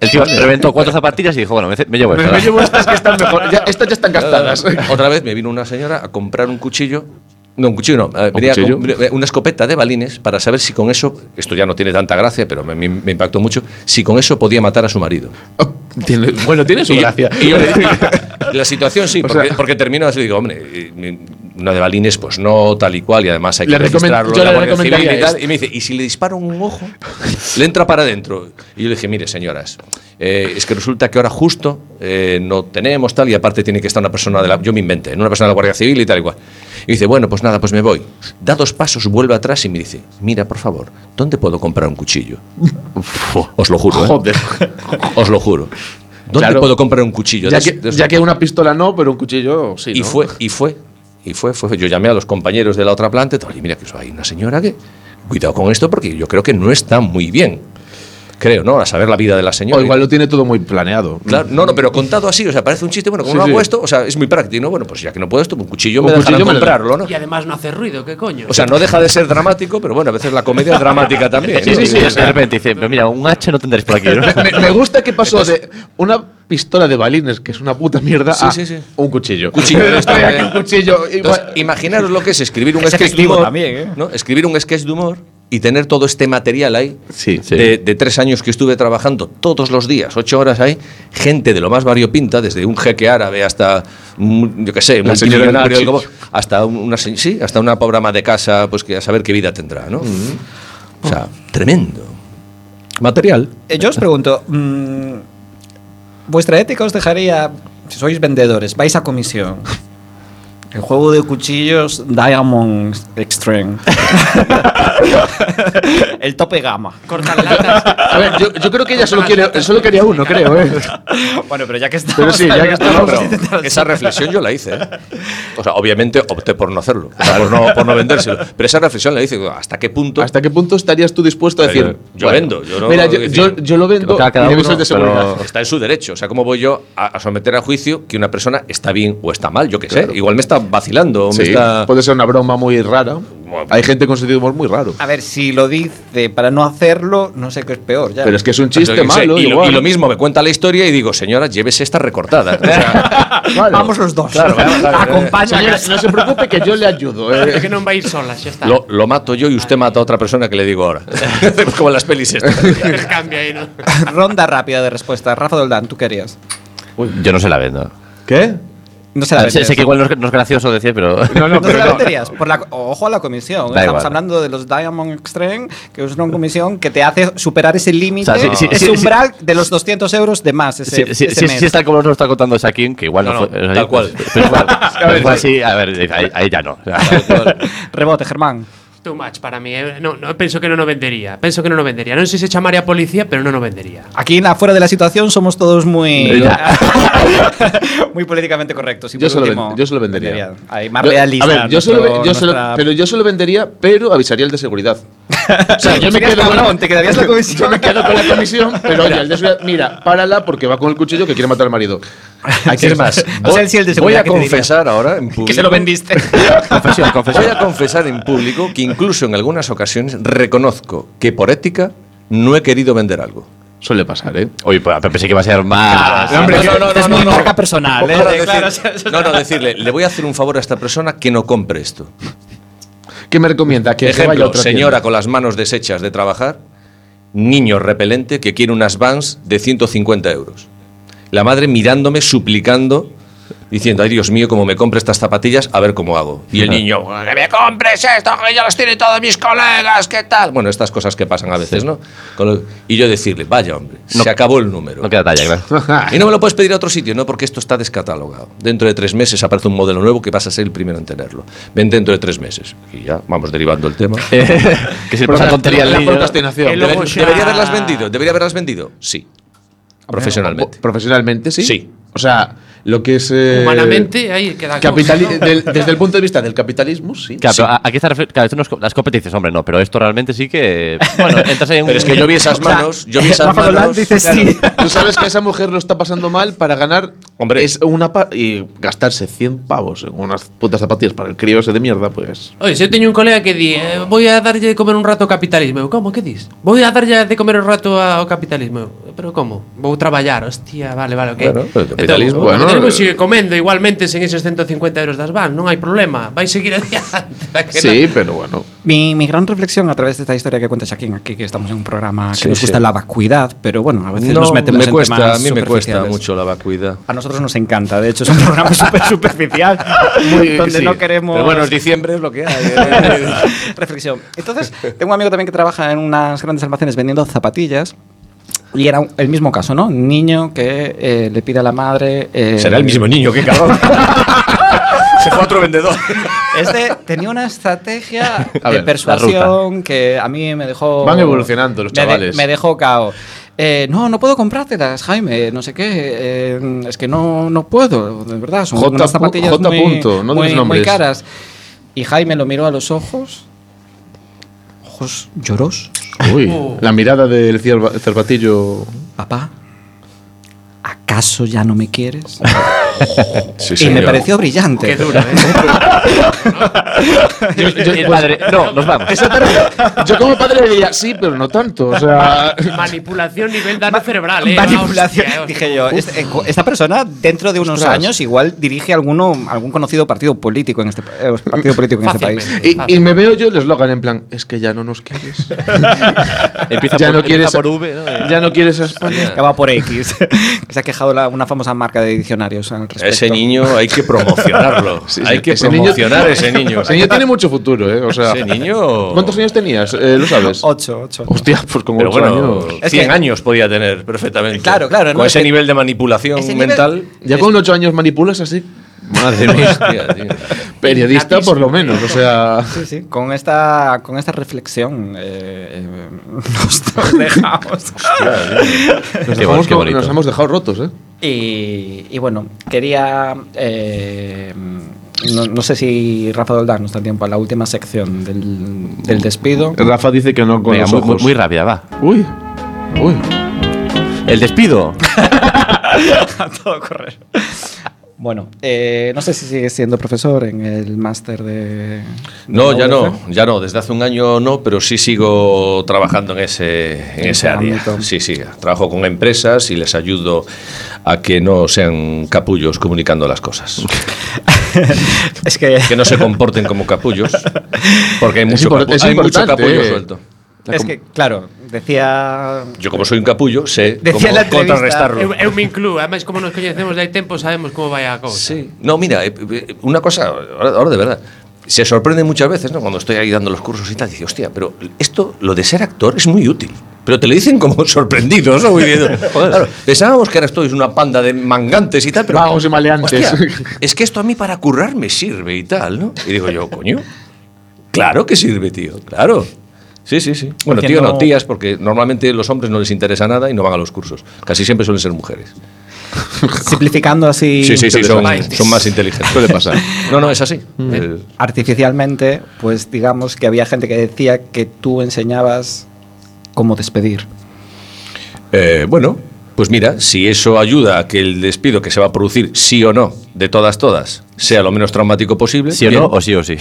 S5: El tío reventó cuatro zapatillas y dijo, bueno, me, me llevo
S8: me,
S5: esta.
S8: me llevo estas que están mejor. Ya, estas ya están gastadas.
S7: Otra vez me vino una señora a comprar un cuchillo. No, un cuchillo no. eh, venía
S8: cuchillo?
S7: con- eh, una escopeta de balines para saber si con eso, esto ya no tiene tanta gracia, pero me, me- me impactó mucho, si con eso podía matar a su marido.
S8: Tiene- bueno, tiene su
S7: Y-
S8: gracia.
S7: y yo le dije, la situación sí,
S8: O
S7: porque,
S8: sea-
S7: porque termino así, digo, hombre, eh, me- no de balines, pues no, tal y cual, y además hay que
S8: Le recomen-
S7: registrarlo
S8: yo
S7: en la
S8: le
S7: Guardia Civil
S8: recomendaría
S7: y tal.
S8: esto.
S7: Y me dice, ¿y si le disparo un ojo? le entra para adentro. Y yo le dije, mire, señoras, eh, es que resulta que ahora justo eh, no tenemos tal, y aparte tiene que estar una persona de la. Yo me inventé, ¿no? una persona de la Guardia Civil y tal y cual. Y dice, bueno, pues nada, pues me voy. Da dos pasos, vuelve atrás y me dice, mira, por favor, ¿dónde puedo comprar un cuchillo? Os lo juro, ¿eh?
S8: Joder.
S7: Os lo juro. ¿Dónde
S8: Claro.
S7: puedo comprar un cuchillo?
S8: Ya
S7: De-
S8: que,
S7: de-
S8: ya que una pistola no, pero un cuchillo sí.
S7: y
S8: ¿no?
S7: fue, y fue, y fue, fue. Yo llamé a los compañeros de la otra planta y tal, y mira que hay una señora que. Cuidado con esto porque yo creo que no está muy bien. Creo, ¿no? A saber la vida de la señora.
S8: O igual lo tiene todo muy planeado.
S7: Claro, no, no, pero contado así, o sea, parece un chiste, bueno, como
S8: Sí,
S7: no
S8: sí.
S7: hago esto, o sea, es muy práctico, ¿no? Bueno, pues ya que no puedo esto, un cuchillo
S8: Un
S7: me dejarán
S8: cuchillo me lo dan.
S7: comprarlo, ¿no?
S6: Y además no hace ruido, ¿qué coño?
S7: O sea, no deja de ser dramático, pero bueno, a veces la comedia es dramática también.
S5: Sí,
S7: ¿no?
S5: sí, sí. De repente dice, pero mira, un H no tendréis por aquí. ¿no?
S8: Me, me gusta que pasó de una pistola de balines, que es una puta mierda,
S7: Sí,
S8: a
S7: sí, sí.
S8: un cuchillo.
S7: Cuchillo de esto,
S8: Estoy
S7: ¿eh?
S8: aquí, un cuchillo. y
S7: Entonces,
S8: va-
S7: imaginaros lo que es escribir un
S9: Es
S7: sketch de
S9: efectivo
S7: humor.
S9: también, ¿eh?
S7: ¿no? Escribir un sketch de humor y tener todo este material ahí.
S5: Sí, sí.
S7: De, de tres años que estuve trabajando todos los días, ocho horas ahí, gente de lo más variopinta, desde un jeque árabe hasta, un, yo qué sé,
S8: La señora
S7: multimillonario,
S8: Nachi.
S7: algo- hasta un- una, se- sí, hasta una pobre ama de casa, pues que a saber qué vida tendrá, ¿no?
S5: Mm-hmm.
S7: O sea, tremendo. Material.
S9: Eh, Yo os pregunto, mm, ¿vuestra ética os dejaría, si sois vendedores, vais a comisión? El juego de cuchillos Diamond Extreme. el tope gama.
S6: Cortar latas.
S8: A ver, yo, yo creo que ella solo, quiere, solo quería uno, creo, ¿eh?
S9: Bueno, pero ya que estamos...
S8: Pero sí, ya que estamos.
S7: Pero esa reflexión yo la hice. ¿eh? O sea, obviamente opté por no hacerlo, o sea, por, no, por no vendérselo. Pero esa reflexión la hice, digo, ¿hasta qué punto?
S8: ¿Hasta qué punto estarías tú dispuesto a
S7: Pero
S8: decir.
S7: yo vendo, yo no-
S8: Mira, yo,
S7: que sí.
S8: yo, yo lo vendo
S5: cada- cada
S8: y
S5: uno,
S8: debe ser de
S5: pero-
S8: seguridad.
S7: Está en su derecho. O sea, ¿cómo voy yo a, a someter a juicio que una persona está bien o está mal? Yo qué sé. Igual me está vacilando. o me
S8: Sí,
S7: está...
S9: Pues
S8: Puede ser una broma muy rara. Hay gente con sentido de humor muy raro.
S9: A ver, si lo dice para no hacerlo, no sé qué es peor. Ya.
S8: Pero es que es un
S7: Yo
S8: chiste
S7: qué sé.
S8: malo.
S7: Y lo,
S8: igual.
S7: y lo mismo, me cuenta la historia y digo, señora, llévese esta recortada. O sea,
S8: Claro.
S9: Vamos los dos.
S7: Claro, vamos, claro,
S9: Acompaña a
S8: Señora,
S9: casa.
S8: no se preocupe que yo le ayudo. eh.
S6: Es que no va a ir solas, ya está.
S7: lo, lo mato yo y usted mata a otra persona que le digo ahora. Como en las pelis estas.
S6: Intercambio ahí, ¿no?
S9: Ronda rápida de respuestas. Rafa Doldán, ¿tú querías?
S5: Yo no se la vendo.
S8: ¿Qué?
S9: No se la
S5: sé,
S9: vendes.
S5: sé que igual no es, no es gracioso decir, pero.
S9: No se la venderías. Por la- ojo a la comisión.
S5: Da
S9: Estamos
S5: igual.
S9: hablando de los Diamond Extreme, que es una comisión que te hace superar ese límite,
S5: O sea, sí, sí,
S9: ese
S5: sí,
S9: umbral de los 200 euros de más ese,
S5: Si, si,
S9: ese
S5: si-
S9: mes.
S5: si es tal como nos está contando Shaquín, que igual no,
S7: No, no,
S5: fue. o sea,
S7: tal cual.
S5: Pero igual, pero igual sí, a ver, ahí, ahí ya no. O sea,
S9: Rebote, Germán.
S6: Too much para mí. ¿eh? No, no, pienso que no lo vendería. Pienso que no lo vendería. No sé si se llamaría a policía, pero no lo vendería.
S9: Aquí en afuera de la situación somos todos muy
S5: Ya.
S9: muy políticamente correctos. Y
S8: Yo
S9: por
S8: se lo
S9: último,
S8: ven- yo se lo vendería.
S9: Ahí, más realista.
S8: a ver, yo solo,
S9: nuestro-
S8: ve- yo solo-
S9: nuestra-
S8: pero yo solo vendería, pero avisaría el de seguridad. O sea, yo me
S9: Serías
S8: quedo
S9: cabrón, te quedarías la comisión.
S8: Yo me quedo con la comisión, pero oye, el de seguridad, mira, párala porque va con el cuchillo que quiere matar al marido.
S7: Aquí es más.
S9: O sea, el sí, el de
S7: voy
S9: seguridad
S7: a
S9: que te diría.
S7: confesar ahora en público.
S9: que se lo vendiste.
S5: confesión, confesión.
S7: Voy a confesar en público que incluso en algunas ocasiones reconozco que por ética no he querido vender algo.
S8: Suele pasar, ¿eh?
S5: Oye, pues pensé que iba a ser más.
S7: hombre, no, no,
S9: es
S7: no,
S9: muy
S7: no.
S9: marca personal. ¿eh?
S7: Ahora
S9: Claro, o
S7: decir-
S9: sea, eso-
S7: no, no, decirle, le voy a hacer un favor a esta persona que no compre esto.
S8: ¿Qué me recomienda? Que que vaya a
S7: Ejemplo,
S8: otra
S7: señora con las manos deshechas de trabajar, niño repelente que quiere unas vans de 150 euros. La madre mirándome, suplicando, diciendo, ay Dios mío, como me compre estas zapatillas, a ver cómo hago. Y el niño, que me compres esto, que ya los tienen todos mis colegas, ¿qué tal? Bueno, estas cosas que pasan a veces, ¿no? Con lo- Y yo decirle, vaya hombre, se acabó el número.
S5: No queda talla, claro.
S7: Y no me lo puedes pedir a otro sitio, no, porque esto está descatalogado. Dentro de tres meses aparece un modelo nuevo que vas a ser el primero en tenerlo. Ven dentro de tres meses. Y ya vamos derivando el tema.
S5: que se le
S8: tienda.
S5: pasa tontería al
S8: la
S5: niño. ¿no?
S8: procrastinación.
S6: El
S7: Debe-
S6: luego ya-
S7: ¿Debería haberlas vendido? ¿Debería haberlas vendido? Sí. Profesionalmente.
S8: Po- Profesionalmente, sí.
S7: Sí.
S8: O sea, lo que es. eh,
S6: Humanamente, ahí queda.
S8: capitali-
S6: cosa, ¿no?
S8: del- desde el punto de vista del capitalismo, sí.
S5: Claro, pero a- aquí está refer- claro, esto no es co- las competencias, hombre, no, pero esto realmente sí que. Bueno, entras ahí en
S7: Pero es que yo vi esas manos, yo vi esas
S9: Rafa Doldán
S7: manos.
S9: dice sí.
S8: Tú sabes que esa mujer lo está pasando mal para ganar.
S7: Hombre.
S8: Es una pa- y gastarse 100 pavos en unas putas zapatillas para el crío ese de mierda, pues.
S6: Oye, si yo teño un colega que di eh, voy a darlle de comer un rato ao capitalismo. Eu, como, que dis? Voy a darlle de comer un rato ao capitalismo. Eu, pero como? Vou traballar, hostia, vale, vale, ok. Entón,
S7: Claro, pero o capitalismo,
S6: bueno,
S7: bueno,
S6: capitalismo
S7: eh,
S6: sigue comendo igualmente sen esos 150 euros das van, non hai problema, vai seguir adiante. da que
S1: Sí, pero bueno.
S4: Mi, mi gran reflexión a través de esta historia que cuenta Shaquín aquí, que estamos en un programa que
S7: Sí,
S4: nos gusta
S7: sí.
S4: la vacuidad, pero bueno, a veces
S7: No,
S4: nos metemos
S7: Pues me
S4: en
S7: cuesta,
S4: temas
S7: a mí me cuesta
S4: superficiales.
S7: mucho la vacuidad.
S4: A nosotros nos encanta, de hecho es un programa súper superficial,
S1: Muy-
S4: donde
S1: sí.
S4: no queremos...
S1: Pero bueno, es diciembre, es lo que hay. eh.
S4: reflexión. Entonces, tengo un amigo también que trabaja en unas grandes almacenes vendiendo zapatillas. Y era un- el mismo caso, ¿no? Un niño que eh, le pide a la madre. eh,
S7: Será el mismo niño, qué cabrón. Se fue a otro vendedor.
S4: Este tenía una estrategia
S1: A
S4: de
S1: ver, la
S4: persuasión que a mí me dejó.
S1: Van evolucionando los
S4: me de-
S1: chavales.
S4: Me, dejó cao. Eh, no, no puedo comprártelas, Jaime. No sé qué. eh, es que no, no puedo, de verdad. Son
S1: J.
S4: unas zapatillas
S1: J.
S4: muy,
S1: punto, no
S4: muy-
S1: tienes
S4: muy
S1: nombres.
S4: caras. Y Jaime lo miró a los ojos. Ojos llorosos.
S1: Uy, la mirada del cierva- cervatillo.
S4: Papá, ¿acaso ya no me quieres?
S7: Sí,
S4: y me
S7: señor.
S4: pareció
S6: Qué
S4: brillante.
S6: duro, eh.
S5: El padre, no, nos vamos.
S1: Yo como padre diría, sí, pero no tanto. O sea,
S6: Manipulación nivel daño cerebral, eh.
S4: Manipulación.
S6: Hostia, hostia.
S4: Dije yo, este- eh, esta persona dentro de unos
S1: Ostras.
S4: años igual dirige alguno, algún conocido partido político en este, pa- eh, partido político en este país.
S6: Fácilmente.
S1: y, y me veo yo el eslogan en plan, es que ya no nos quieres.
S5: Empieza
S1: Ya
S5: por,
S1: no quieres-
S5: empieza por V, ¿no? Eh,
S1: Ya no quieres a España.
S4: Que va por X. que se ha quejado la- una famosa marca de diccionarios al respecto.
S7: Ese niño hay que promocionarlo.
S1: Sí, sí,
S7: hay que
S1: ese niño-
S7: promocionar a ese niño.
S1: Ese niño tiene mucho futuro, ¿eh? O sea,
S7: Ese niño-
S1: ¿Cuántos años tenías? Eh, ¿Lo sabes?
S4: 8, 8.
S1: Hostia, pues como
S7: Pero
S1: ocho
S7: bueno,
S1: años.
S7: 100
S4: Es que-
S7: años podía tener perfectamente.
S4: Claro, claro,
S7: Con
S4: no, es
S7: ese
S4: que-
S7: nivel de manipulación
S4: ese nivel-
S7: mental.
S1: Ya con ocho años manipulas así.
S7: Madre mía, hostia, tío.
S1: Periodista, por lo menos. O sea.
S4: Sí, sí. Con esta, con esta reflexión eh, eh, nos, nos dejamos.
S1: Nos,
S5: Qué bon-
S1: dejamos
S5: qué
S1: con-
S5: bonito.
S1: nos hemos dejado rotos, ¿eh?
S4: Y, y bueno, quería. eh, no, no sé si Rafa Doldán nos da tiempo a la última sección del, del despido.
S1: Rafa dice que no con
S5: venga,
S1: los
S5: muy, muy-
S1: ojos.
S5: muy rápida, va.
S1: Uy. Uy.
S5: El despido.
S4: Bueno, eh, no sé si sigues siendo profesor en el máster de.
S7: No,
S4: de
S7: ya
S4: UDC.
S7: no, ya no. Desde hace un año no, pero sí sigo trabajando en ese, en
S4: ese
S7: ese área.
S4: ámbito.
S7: Sí, sí. Trabajo con empresas y les ayudo a que no sean capullos comunicando las cosas.
S4: Es que.
S7: Que no se comporten como capullos. Porque hay
S1: Es
S7: mucho,
S1: impor-
S7: capu-
S1: es
S7: hay mucho
S1: importante,
S7: capullo
S1: eh.
S7: suelto.
S4: Es que, claro, decía.
S7: Yo como soy un capullo sé
S4: Decía
S7: cómo
S4: en la entrevista-
S7: contrarrestarlo.
S6: Eu, eu me incluo, ademais como nos coñecemos de hai tempo sabemos como vai a cousa.
S7: Sí. No, mira, eh, eh, una cosa, ahora, ahora de verdad. Se sorprende muchas veces, ¿no? Cuando estoy ahí dando los cursos y tal, dice, hostia, pero esto, lo de ser actor es muy útil. Pero te lo dicen como sorprendidos, ¿no? Muy bien. Claro, pensábamos que ahora esto es una panda de mangantes y tal, pero.
S1: Vagos y maleantes.
S7: hostia, es que esto a mí para currar me sirve y tal, ¿no? Y digo yo, coño. Claro que sirve, tío, claro. Sí, sí, sí. Bueno,
S4: Porque
S7: tío, no,
S4: no-
S7: tías, porque normalmente los hombres no les interesa nada y no van a los cursos. Casi siempre suelen ser mujeres.
S4: eh, Simplificando así.
S7: Sí, sí, sí, son,
S6: Inteligentes.
S7: son más inteligentes.
S1: Suele pasar. Mm.
S7: No, no, es así. Eh,
S4: Artificialmente, pues digamos que había gente que decía que tú enseñabas cómo despedir.
S7: eh, bueno, pues mira, si eso ayuda a que el despido que se va a producir, sí o no, de todas, todas, sea lo menos traumático posible.
S5: Sí o
S7: bien.
S5: no, o sí o sí.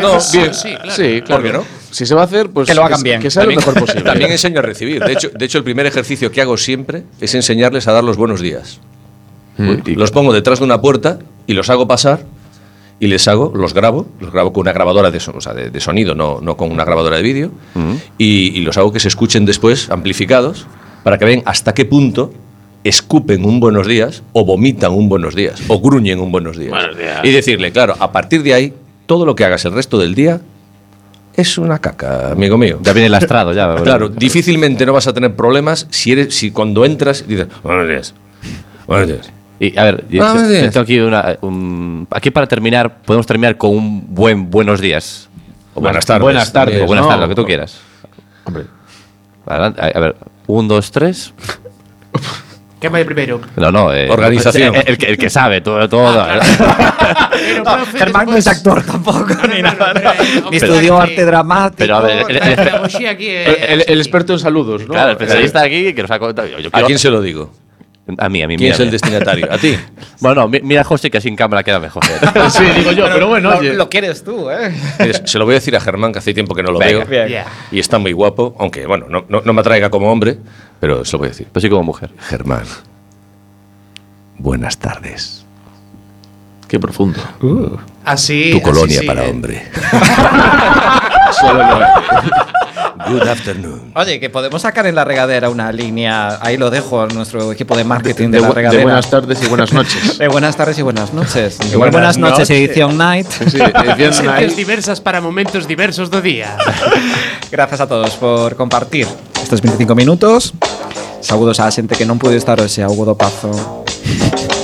S7: No, bien.
S6: Sí, claro.
S1: Sí, claro.
S7: qué no?
S1: Si se va a hacer, pues.
S4: Que lo hagan
S1: s-
S4: bien.
S1: Que sea lo mejor posible.
S7: También enseño a recibir. De hecho, de hecho, el primer ejercicio que hago siempre es enseñarles a dar los buenos días. Mm. Los pongo detrás de una puerta y los hago pasar y les hago, los grabo, los grabo con una grabadora de, so- o sea, de, de sonido, no, no con una grabadora de vídeo, y, y los hago que se escuchen después amplificados para que vean hasta qué punto escupen un buenos días o vomitan un buenos días o gruñen un buenos días. Y decirle, claro, a partir de ahí, todo lo que hagas el resto del día es una caca, amigo mío.
S5: Ya viene lastrado, ya.
S7: Claro, difícilmente no vas a tener problemas si eres, si cuando entras dices buenos días, buenos días.
S5: Y, a ver, yo,
S7: Ah, buenos
S5: yo
S7: días.
S5: tengo aquí una. un- aquí para terminar, podemos terminar con un buen buenos días.
S7: O buenas tardes.
S5: Buenas tardes,
S7: También,
S5: o buenas
S7: ¿no?
S5: tardes, lo que tú quieras.
S1: Hombre.
S5: Adelante, A a ver, un, dos, tres.
S6: Que vai primeiro?
S5: No, no. eh,
S7: Organización.
S5: El, el que, el que sabe, todo. todo.
S6: Pero, profe,
S4: Germán no
S6: despois-
S4: es actor tampoco, ni
S6: no,
S4: nada.
S6: pero, eh,
S4: Ni
S6: hombre,
S4: estudió
S6: sí.
S4: arte dramático.
S5: Pero a ver, el-
S6: La pedagogía aquí, eh,
S1: El, el experto en saludos, ¿no?
S5: Claro, el especialista aquí que nos ha contado. Yo, yo
S7: ¿A
S5: quiero-
S7: quién se lo digo?
S5: A mí, a mí.
S7: ¿Quién
S5: mira,
S7: es el
S5: mira.
S7: destinatario? ¿A ti?
S5: Bueno, mi- mira, José, que sin cámara queda mejor.
S8: Sí, digo yo, pero bueno,
S4: lo,
S8: oye.
S4: lo quieres tú, ¿eh?
S7: Mires, Se lo voy a decir a Germán, que hace tiempo que no lo
S5: Venga.
S7: veo.
S4: Bien.
S7: Y está muy guapo, aunque, bueno, no, no- no me atraiga como hombre, pero se lo voy a decir.
S5: Pues sí, como mujer.
S7: Germán, buenas tardes.
S8: Qué profundo.
S6: Así.
S7: tu
S6: así
S7: colonia
S6: sí,
S7: para
S6: eh.
S7: hombre. Good afternoon.
S4: Oye, que podemos sacar en la regadera una línea. Ahí lo dejo a nuestro equipo de marketing de,
S8: De,
S4: la
S8: bu- de
S4: regadera.
S8: buenas tardes y buenas noches.
S4: Eh, buenas tardes y buenas noches.
S8: buenas
S4: buenas, noches,
S8: noches.
S4: edición night.
S8: Sí, eh, bien
S6: Secciones
S8: nice.
S6: diversas para momentos diversos do día.
S4: Gracias a todos por compartir estos 25 minutos. Saludos a la gente que no pudo estar hoy, a Hugo do Pazo.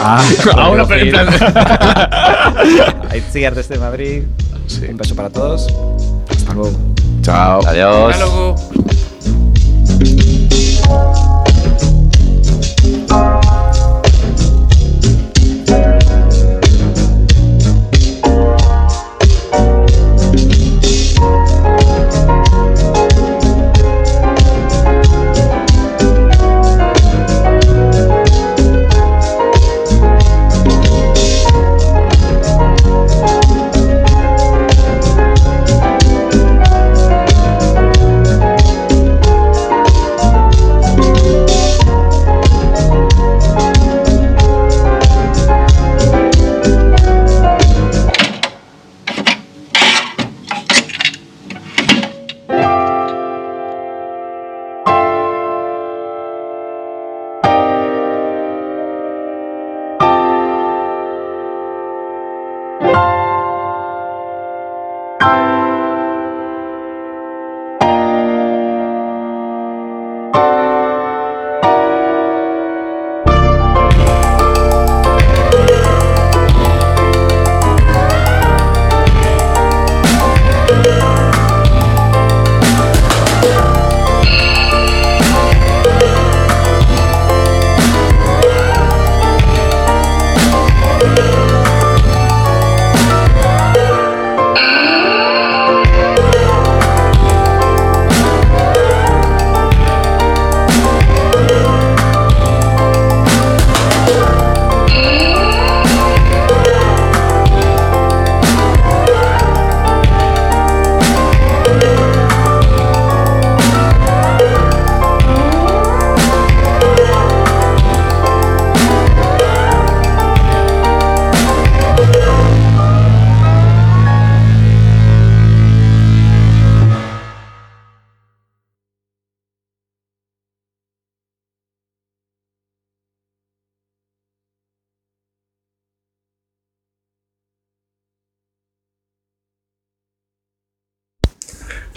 S4: Ah,
S8: Ahora, pero en plan.
S4: a Itziar desde Madrid. Un beso para todos. Hasta luego.
S8: Chao.
S5: Adiós.
S6: Diálogo.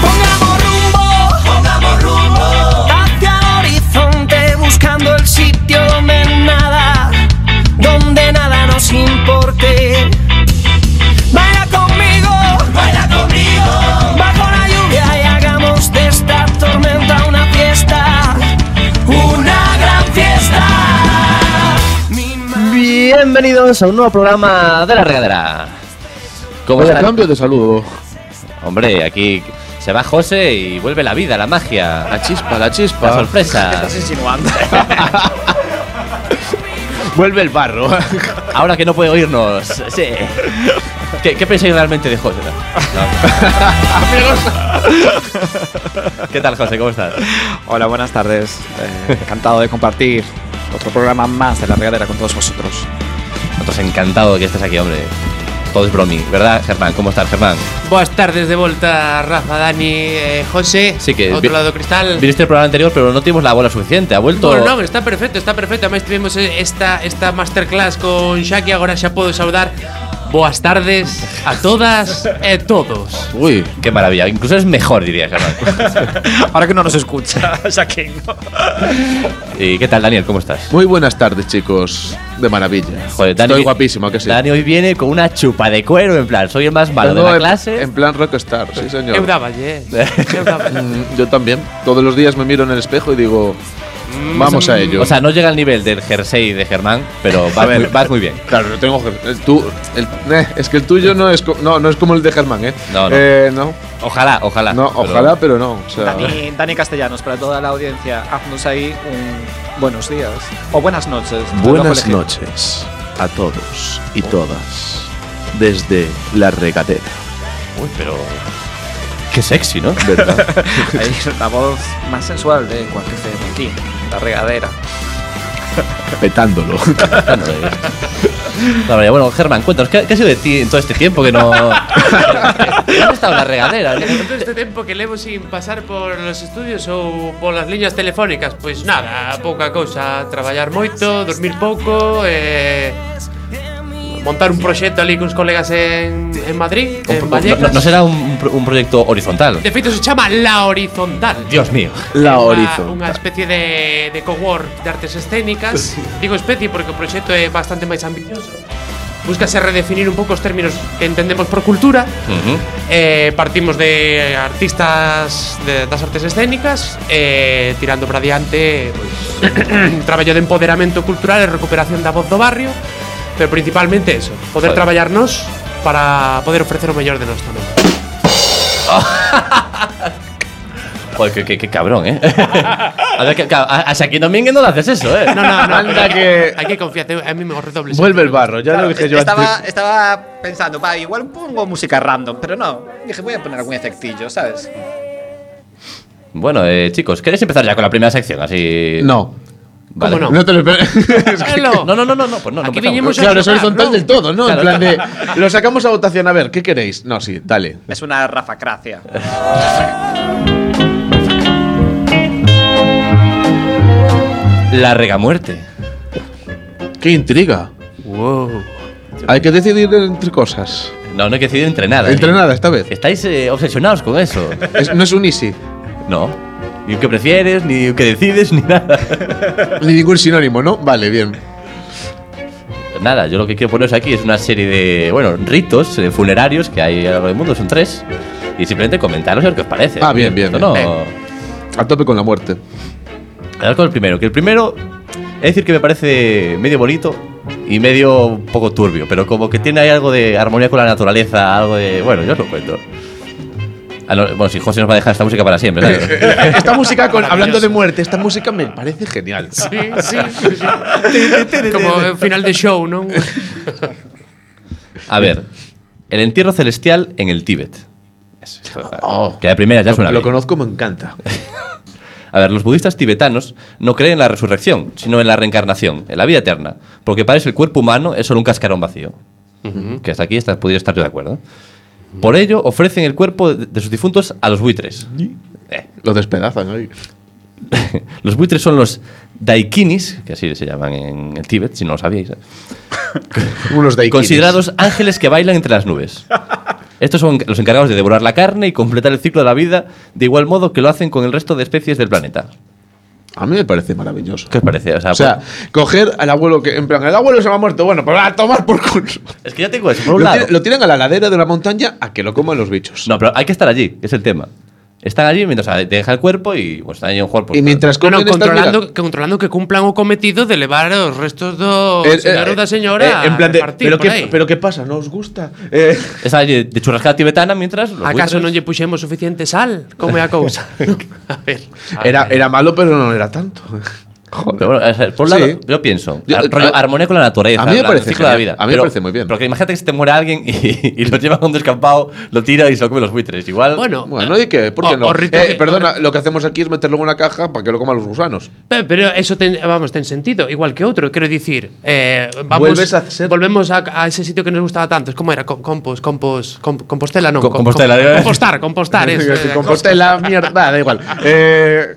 S3: Pongamos rumbo, pongamos rumbo hacia el horizonte buscando el sitio donde nada, donde nada nos importe. Baila conmigo, baila conmigo bajo la lluvia y hagamos de esta tormenta una fiesta, una gran fiesta.
S5: Bienvenidos a un nuevo programa de La Regadera. ¿Cómo
S8: Vaya
S5: están?
S8: cambio de saludo.
S5: Hombre, aquí se va José y vuelve la vida, la magia,
S8: La chispa, la
S5: la
S8: chispa.
S5: sorpresa.
S4: insinuando?
S5: Vuelve el barro. Ahora que no puede oírnos. Sí. ¿Qué, qué pensáis realmente de José? Amigos. ¿Qué tal, José? ¿Cómo estás?
S4: Hola, buenas tardes. Eh, encantado de compartir otro programa más de la regadera con todos vosotros.
S5: Nosotros encantado de que estés aquí, hombre. Todo es bromi, ¿verdad, Germán? ¿Cómo estás, Germán?
S6: Boas tardes de volta, Rafa, Dani, eh, José.
S5: Sí que- vi-
S6: Outro lado do cristal.
S5: Viniste el programa anterior, pero no tuvimos la bola suficiente. Ha vuelto.
S6: Bueno, non, está perfecto, está perfecto. Además tuvimos eh, esta, esta masterclass con Shaki, ahora ya puedo saudar. Boas tardes a todas e todos.
S8: Uy.
S5: Qué maravilla. Incluso es mejor, diría Germán.
S4: Ahora que no nos escucha,
S5: ¿Y qué tal, Daniel? ¿Cómo estás?
S8: Muy buenas tardes, chicos. De maravilla. Estoy
S5: vi-
S8: guapísimo, ¿a que sí.
S5: Dani hoy viene con una chupa de cuero, en plan, soy el más malo
S8: Vengo
S5: de la
S8: en-
S5: clase.
S8: En plan rockstar, sí, señor.
S6: Eu dáballe, eh. Eu dáballe.
S8: Mm, Yo también. Todos los días me miro en el espejo y digo, Vamos a ello.
S5: O sea, no llega al nivel del jersey de Germán, pero vas,
S8: A ver.
S5: muy, vas muy bien.
S8: Claro, no tengo. el tú- el- eh, es que el tuyo no es, co- no, no es como el de Germán, ¿eh?
S5: No, no.
S8: Eh, no,
S5: Ojalá, ojalá.
S8: no,
S5: pero-
S8: ojalá, pero no. O sea,
S9: Dani, Dani Castellanos, para toda la audiencia, haznos ahí un buenos días o buenas noches.
S10: Buenas
S9: Te lo dejo elegir.
S10: noches a todos y todas desde la regatera,
S5: Uy, pero. Qué sexy, ¿no?
S10: ¿verdad?
S9: Ahí, la voz más sensual de cualquier FM aquí, la regadera.
S10: Petándolo.
S5: La verdad, bueno, Germán, cuéntanos, ¿qué, qué ha sido de ti en todo este tiempo que no. ¿Has estado en la regadera?
S6: Todo este tiempo que levo sin pasar por los estudios ou polas liñas telefónicas, pois nada, pouca cousa, traballar moito, dormir pouco, eh, montar un proxecto ali cuns colegas en, en Madrid,
S5: Un-
S6: en
S5: un- no,
S6: Vallecas.
S5: no será un, pro- un proyecto horizontal.
S6: De feito se chama La Horizontal.
S5: Dios mío.
S10: La
S6: Unha-
S10: horizon.
S6: Unha especie de, de cowork de artes escénicas Digo especie porque o proxecto é bastante máis ambicioso Búscase redefinir un pouco os términos que entendemos por cultura eh, Partimos de artistas de, das artes escénicas eh, Tirando para diante pois, un traballo de empoderamento cultural e recuperación da voz do barrio Pero principalmente eso, poder
S5: Joder.
S6: traballarnos para poder ofrecer o mellor de nós tamén
S5: Joder, qué, qué- qué cabrón, ¿eh? a ver, que, claro, a, a Shaquille Domínguez no le haces eso, ¿eh?
S6: No, no, no,
S8: Anda
S6: hay
S8: que-
S6: hay que confiar, te- a mí me redobles.
S8: vuelve el barro, ya lo dije yo
S9: Estaba,
S8: antes.
S9: estaba pensando, va, igual pongo música random, pero no. Dije, voy a poner algún efectillo, ¿sabes?
S5: Bueno, eh, chicos, ¿queréis empezar ya con la primera sección? Así.
S8: No.
S5: Vale.
S6: ¿Cómo
S8: No te lo esperes.
S6: Hello.
S5: No, no, no, no, no, pues no. no
S6: Aquí
S5: empezamos.
S6: vinimos a
S8: Claro, es
S6: chocar,
S8: horizontal
S6: ¿no?
S8: del todo, ¿no?
S5: Claro.
S8: En plan de. Lo sacamos a votación, a ver, ¿qué queréis? No, sí, dale.
S9: Es una rafacracia.
S5: La regamuerte.
S8: ¡Qué intriga! Hay que decidir entre cosas.
S5: No, no hay que decidir entre nada.
S8: Entre
S5: ¿eh?
S8: nada, esta vez.
S5: Estáis eh, obsesionados con eso.
S8: Es- no es un easy,
S5: No. Ni un que prefieres, ni un que decides, ni nada.
S8: ni ningún sinónimo, ¿no? Vale, bien.
S5: Pues Nada, yo lo que quiero poneros aquí es una serie de, bueno, ritos eh, funerarios que hay a lo largo del mundo, son tres. Y simplemente comentaros a ver qué os parece.
S8: Ah, bien, bien,
S5: Esto no.
S8: bien. A tope con la muerte.
S5: Hablar con el primero, que el primero es decir que me parece medio bonito y medio un poco turbio, pero como que tiene ahí algo de armonía con la naturaleza, algo de. Bueno, yo os lo cuento. Ah, no, bueno, si José nos va a dejar esta música para siempre, claro.
S8: Esta música, con, hablando de muerte, esta música me parece genial.
S6: Sí, sí. sí. Como el final de show, ¿no?
S5: A ver, el entierro celestial en el Tíbet. Eso, eso, que la primera ya es una.
S8: Lo
S5: ley.
S8: conozco, me encanta.
S5: A ver, los budistas tibetanos no creen en la resurrección, sino en la reencarnación, en la vida eterna, porque para ellos el cuerpo humano es solo un cascarón vacío. Que hasta aquí está, podría estar yo de acuerdo. Por ello, ofrecen el cuerpo de, de sus difuntos a los buitres.
S8: Lo despedazan ahí.
S5: Los buitres son los daikinis, que así se llaman en el Tíbet, si no lo sabíais, ¿eh?
S8: Unos daikinis.
S5: considerados ángeles que bailan entre las nubes. Estos son los encargados de devorar la carne y completar el ciclo de la vida, de igual modo que lo hacen con el resto de especies del planeta.
S8: A mí me parece maravilloso.
S5: ¿Qué os parece? O sea, pues,
S8: O sea, coger al abuelo que. En plan, el abuelo se me ha muerto. Bueno, pues a tomar por culo.
S5: es que ya tengo eso, por un
S8: Lo,
S5: lado.
S8: tira- lo tiran a la ladera de la montaña a que lo coman los bichos.
S5: No, pero hay que estar allí, es el tema. Están allí mientras o sea, te deja el cuerpo y pues, están allí en juego.
S8: y mientras comen
S6: Bueno,
S8: están
S6: controlando,
S8: mirando.
S6: controlando que cumplan o cometido de levar os restos do
S8: Eh, eh,
S6: señor ou da
S8: eh,
S6: señora
S8: eh, en plan de,
S6: a repartir
S8: pero,
S6: por
S8: qué,
S6: aí.
S8: pero qué pasa, no os gusta. Eh,
S5: Están allí de churrascada tibetana mientras. los
S6: Acaso
S5: buitres-
S6: non lle puxemos suficiente sal? Como é a cousa? a ver. a
S8: era,
S6: ver.
S8: era malo, pero no era tanto.
S5: Pero bueno, o sea, por un lado,
S8: Sí.
S5: yo pienso,
S8: Yo-
S5: ar- rollo
S8: a-
S5: armonía con la naturaleza,
S8: a mí me
S5: la- el
S8: parece
S5: ciclo de la vida.
S8: genial, a mí me
S5: Pero-
S8: parece muy bien.
S5: Porque imagínate que se te muere alguien y, y lo llevan a un descampado, lo tira y se lo comen los buitres. Igual.
S6: Bueno,
S8: Bueno, ¿y qué? ¿Por qué
S6: o-
S8: no?
S6: o rito
S8: Eh,
S6: que-
S8: perdona, lo que hacemos aquí es meterlo en una caja para que lo coman los gusanos.
S6: Pe- Pero eso ten, vamos, ten sentido, igual que otro, quiero decir, eh, vamos,
S8: Vuelves a ser-
S6: volvemos a, a ese sitio que nos gustaba tanto, ¿cómo era? Com- Compos, compos, com- compostela, no.
S5: Com-
S6: com-
S5: Compostela,
S6: com-
S5: eh.
S6: compostar, compostar, eso. eh,
S8: Compostela, mierda, da igual. Eh,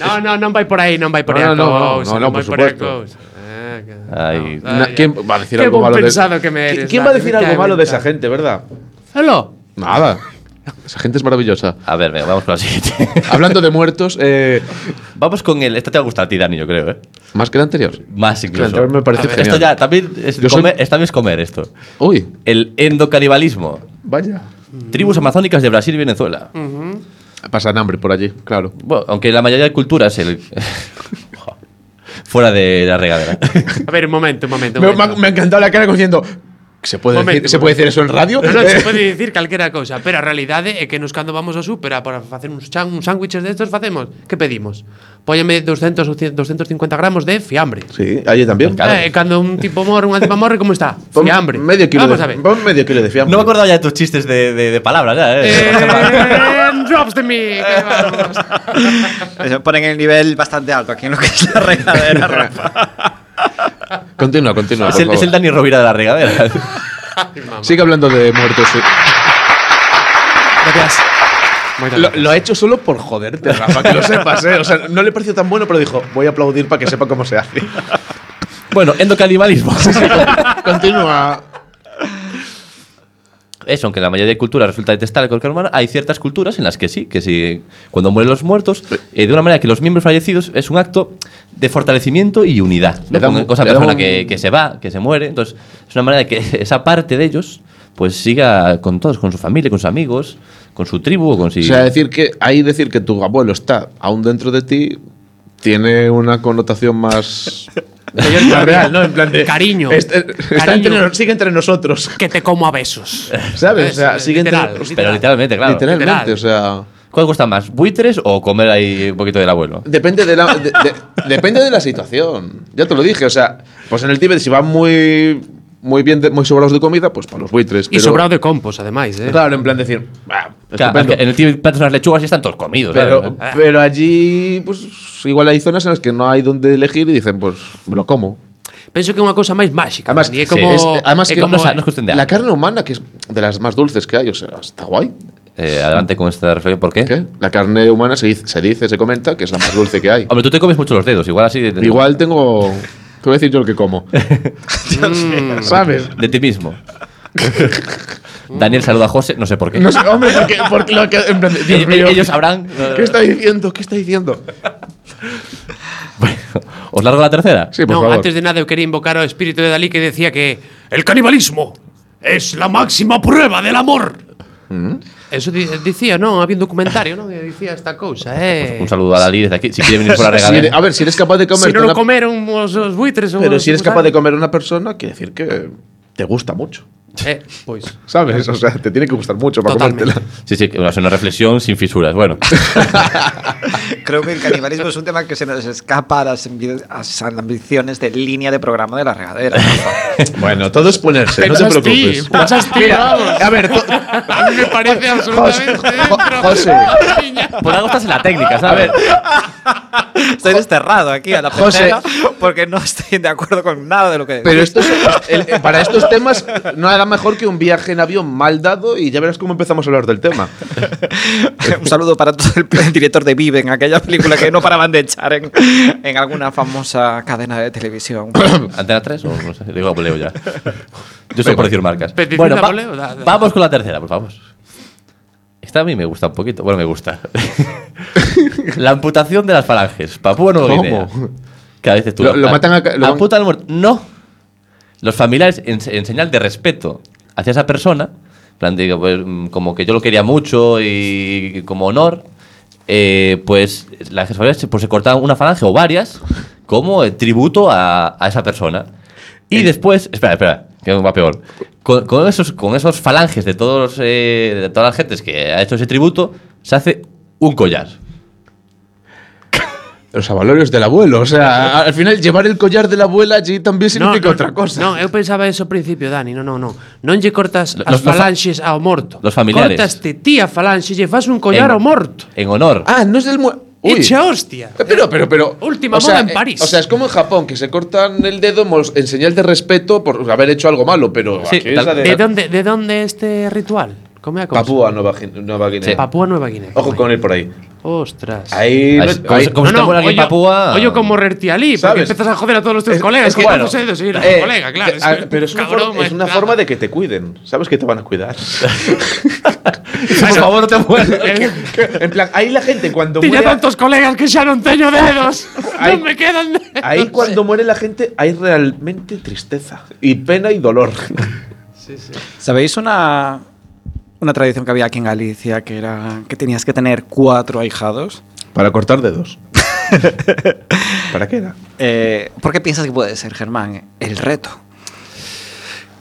S6: No, no, non vai por aí, non vai por aí. a
S8: No, no, no,
S6: cousa, non
S8: no, no,
S6: vai
S8: por
S6: aí a
S8: supuesto.
S6: cousa. Ah, que-
S5: Ay.
S6: no,
S8: na-
S6: ay,
S8: ¿Quién va a decir
S6: Qué
S8: algo
S6: buen
S8: malo de
S6: pensado que me
S8: ¿Qui-
S6: eres,
S8: ¿Quién va a
S6: Dani,
S8: decir
S6: me cae
S8: algo malo de
S6: bien.
S8: esa gente, verdad?
S6: Hello.
S8: Nada. Esa gente es maravillosa.
S5: A ver, venga, vamos con la siguiente.
S8: Hablando de muertos, eh,
S5: vamos con el. Esta te va a gustar a ti, Dani, yo creo, ¿eh?
S8: más que el anterior.
S5: Más
S8: El
S5: incluso.
S8: anterior me parece
S6: A ver,
S5: Esto
S8: genial.
S5: ya también es,
S8: Yo soy-
S5: comer, es- también es comer esto.
S8: Uy,
S5: El endocanibalismo.
S8: vaya.
S5: Tribus amazónicas de Brasil y Venezuela.
S8: Pasan hambre por allí, claro.
S5: Bueno, aunque la mayoría de culturas el, fuera de la regadera.
S6: A ver, un momento, un momento. un
S11: Me, me ha-
S6: momento.
S11: me ha encantado la cara como diciendo. ¿Se puede,
S6: Momento,
S11: decir, ¿se puede decir eso en radio? Eh,
S6: No, no, se pode dicir calquera cousa Pero a realidade é que nos cando vamos ao súper a Para facer uns, chan, uns sándwiches destos facemos Que pedimos? Póllame 200 ou 100 250 gramos de fiambre
S12: Sí, allí también.
S6: eh, Cando un tipo morre, unha tipa morre, como está?
S12: Pon
S6: Fiambre
S12: Medio kilo,
S6: Vamos a
S12: de,
S6: ver
S12: pon medio kilo de fiambre.
S5: No me acordaba ya de tus chistes de, de- de palabras, ya, eh.
S6: And drops de mí que vamos.
S4: Eso ponen el nivel bastante alto aquí en lo que es la regadera, Rafa.
S8: Continúa, continúa.
S5: Es
S8: por
S5: el, es
S8: favor.
S5: el Dani Rovira de la regadera.
S11: Sigue hablando de muertos. sí.
S6: Gracias
S11: Lo, lo ha hecho solo por joderte, Rafa, que lo sepas, ¿eh? O sea, no le pareció tan bueno, pero dijo, voy a aplaudir para que sepa cómo se hace.
S5: bueno, endocannibalismo.
S11: Continúa.
S5: Eso, aunque la mayoría de culturas resulta detestable cualquier humano, hay ciertas culturas en las que sí, que sí, cuando mueren los muertos, eh, de una manera que los miembros fallecidos es un acto de fortalecimiento y unidad. ¿no?
S8: Le da
S5: Con
S8: un-
S5: con esa
S8: le da
S5: persona
S8: un-
S5: que, que se va, que se muere, entonces es una manera de que esa parte de ellos pues siga con todos, con su familia, con sus amigos, con su tribu, o con si...
S8: O sea, decir que ahí decir que tu abuelo está aún dentro de ti tiene una connotación más. Eh,
S11: Lo real, ¿no? En plan de.
S6: Cariño.
S11: eh, Est- está
S6: Cariño.
S11: entre nos- sigue entre nosotros,
S6: Que te como a besos
S11: ¿sabes? O sea,
S6: Es
S11: sigue entre-
S6: literal,
S5: pero literalmente, claro.
S8: literalmente,
S6: literal.
S8: o sea.
S5: ¿Cuál cuesta más, buitres o comer ahí un poquito del abuelo?
S8: Depende de, la, de- de- depende de la situación. Ya te lo dije, o sea, pues en el Tíbet si van muy muy bien, de- muy sobrados de comida, pues para los buitres.
S6: E
S8: pero-
S6: sobrado de compos, ademais eh.
S11: Claro, en plan decir. "Bah,
S5: Claro,
S11: estupendo".
S5: en el ¿eh? tío plantas unas lechugas y están todos comidos.
S8: Pero,
S5: ¿sabes?
S8: pero allí, pues igual hay zonas en las que no hay donde elegir y dicen, pues me lo como.
S6: Penso que é unha cousa máis máxica
S8: Además,
S6: Dani, é
S5: sí,
S6: como,
S8: Es- además
S6: é
S8: que
S6: como,
S5: no sa- no es cuestión de
S8: la
S5: hambre.
S8: carne humana, que es de las más dulces que hay, o sea, está guay.
S5: Eh, adelante con esta reflexión, ¿por qué?
S8: ¿Qué? La carne humana se dice, se dice, se comenta que es la más dulce que hay.
S5: Hombre, tú te comes mucho los dedos, igual así de,
S8: Igual tengo. Te voy a decir yo el que como. ¿Sabes?
S5: de ti mismo. Daniel saluda a José, no sé por qué.
S11: No sé, hombre, porque, porque lo que. En plan de, Dios
S5: Eh, eh,
S11: mío.
S5: Ellos sabrán.
S8: ¿Qué está diciendo? ¿Qué está diciendo?
S5: ¿Os largo la tercera?
S8: Sí, por
S6: no,
S8: favor.
S6: antes de nada eu quería invocar ao espírito de Dalí que decía que el canibalismo es la máxima prueba del amor. Eso di- dicía, non? Había un documentario, non? Que dicía esta cousa, eh.
S5: Un saludo a Dalí desde aquí. Si quiere venir por la
S8: Si eres-
S5: regadera.
S8: a ver, si eres capaz de comer.
S6: Si non o comeron os, os buitres
S8: pero si eres capaz de comer una persona, quiere decir que te gusta mucho.
S6: Eh, pois.
S8: ¿Sabes? O sea, te tiene que gustar mucho para
S6: Totalmente.
S8: comértela.
S5: Sí, sí, bueno, es una reflexión sin fisuras. Bueno,
S4: Creo que el canibalismo es un tema que se nos escapa a las, ambi- a las ambiciones de línea de programa de la regadera. Rafa.
S11: Bueno, todo es ponerse, no te
S6: Pensas ti,
S11: preocupes.
S6: pensas ti, vamos.
S11: a ver, to-
S6: A mí me parece absolutamente dentro.
S11: José.
S6: Niña.
S5: por algo estás en la técnica, ¿sabes?
S4: Estoy desterrado aquí a la
S11: José.
S4: pecera porque no estoy de acuerdo con nada de lo que decís.
S8: Pero esto es- el- el- para estos temas, nada mejor que un viaje en avión mal dado y ya verás cómo empezamos a hablar del tema.
S4: Un saludo para todo el, el director de Viven, aquella película que no paraban de echar en, en alguna famosa cadena de televisión.
S5: Antena 3 o no sé, digo a voleo ya. Yo solo por decir marcas.
S6: Petición
S5: Bueno,
S6: a
S5: va-
S6: voleo, da- da.
S5: vamos con la tercera, por favor. Esta a mí me gusta un poquito. Bueno, me gusta. la amputación de las falanges. Papúa Nueva
S8: ¿Cómo?
S5: Guinea. Cada vez tú.
S8: Lo- lo matan a ca- lo-
S5: Amputan al muerto. No. Los familiares, en, en señal de respeto hacia esa persona, en plan, digo, pues, mm, como que yo lo quería mucho y como honor, eh, pues las familiares pues, se cortaban una falange o varias como eh, tributo a, a esa persona. Y después, espera, espera, que va peor. Con, con esos, con esos falanges de, todos, eh, de todas las gentes que ha hecho ese tributo, se hace un collar.
S8: Los avalorios del abuelo. O sea, al final llevar el collar de la abuela allí también significa otra cosa.
S6: No, eu pensaba eso ao principio, Dani. Non, non, non. Non lle cortas
S5: Los-
S6: as
S5: los fa-
S6: falanxes ao morto.
S5: Los familiares.
S6: Cortaste ti a falanxe e lle fas un collar
S5: En-
S6: ao morto.
S5: En honor.
S8: Ah, no es del mue- Uy. Eh,
S6: Echa hostia.
S8: Pero, pero, pero.
S6: Última
S8: o sea,
S6: moda en
S8: eh,
S6: París.
S8: O sea, es como en Japón, que se cortan el dedo mos- en señal de respeto por haber hecho algo malo, pero.
S5: Sí,
S8: aquí es
S5: tal-
S8: la
S6: ¿De dónde, ¿De dónde este ritual? ¿Cómo era? ¿Cómo se-
S8: Papúa Nueva, Gin- Nueva Guinea.
S5: Sí.
S6: Papúa Nueva Guinea.
S8: Ojo con él por ahí.
S6: Ostras.
S5: Ahí-
S8: Ahí. no-
S5: ¿cómo
S8: ahí-
S5: se- cómo se- te muere alguien papúa-
S6: Oye, como rerti Ali, porque
S8: ¿Sabes?
S6: empiezas a joder a todos los tus
S8: Es-
S6: colegas.
S8: es que-
S6: como
S8: bueno,
S6: no sé, no soy
S8: eh,
S6: colega, claro.
S8: te- ah, pero es una,
S6: cabrón,
S8: forma, es una
S6: claro.
S8: forma de que te cuiden. Sabes que te van a cuidar.
S6: Bueno,
S8: no te
S6: eh,
S8: en plan, ahí la gente cuando
S6: Tiña
S8: muere.
S6: tantos colegas que xa non teño dedos.
S8: Ay.
S6: non me quedan dedos.
S8: Ahí cuando muere la gente hay realmente tristeza y pena y dolor.
S4: ¿Sabéis una, una tradición que había aquí en Galicia que era que tenías que tener cuatro ahijados?
S8: Para cortar dedos.
S1: ¿Para qué era?
S4: Eh, ¿Por qué piensas que puede ser, Germán? El reto.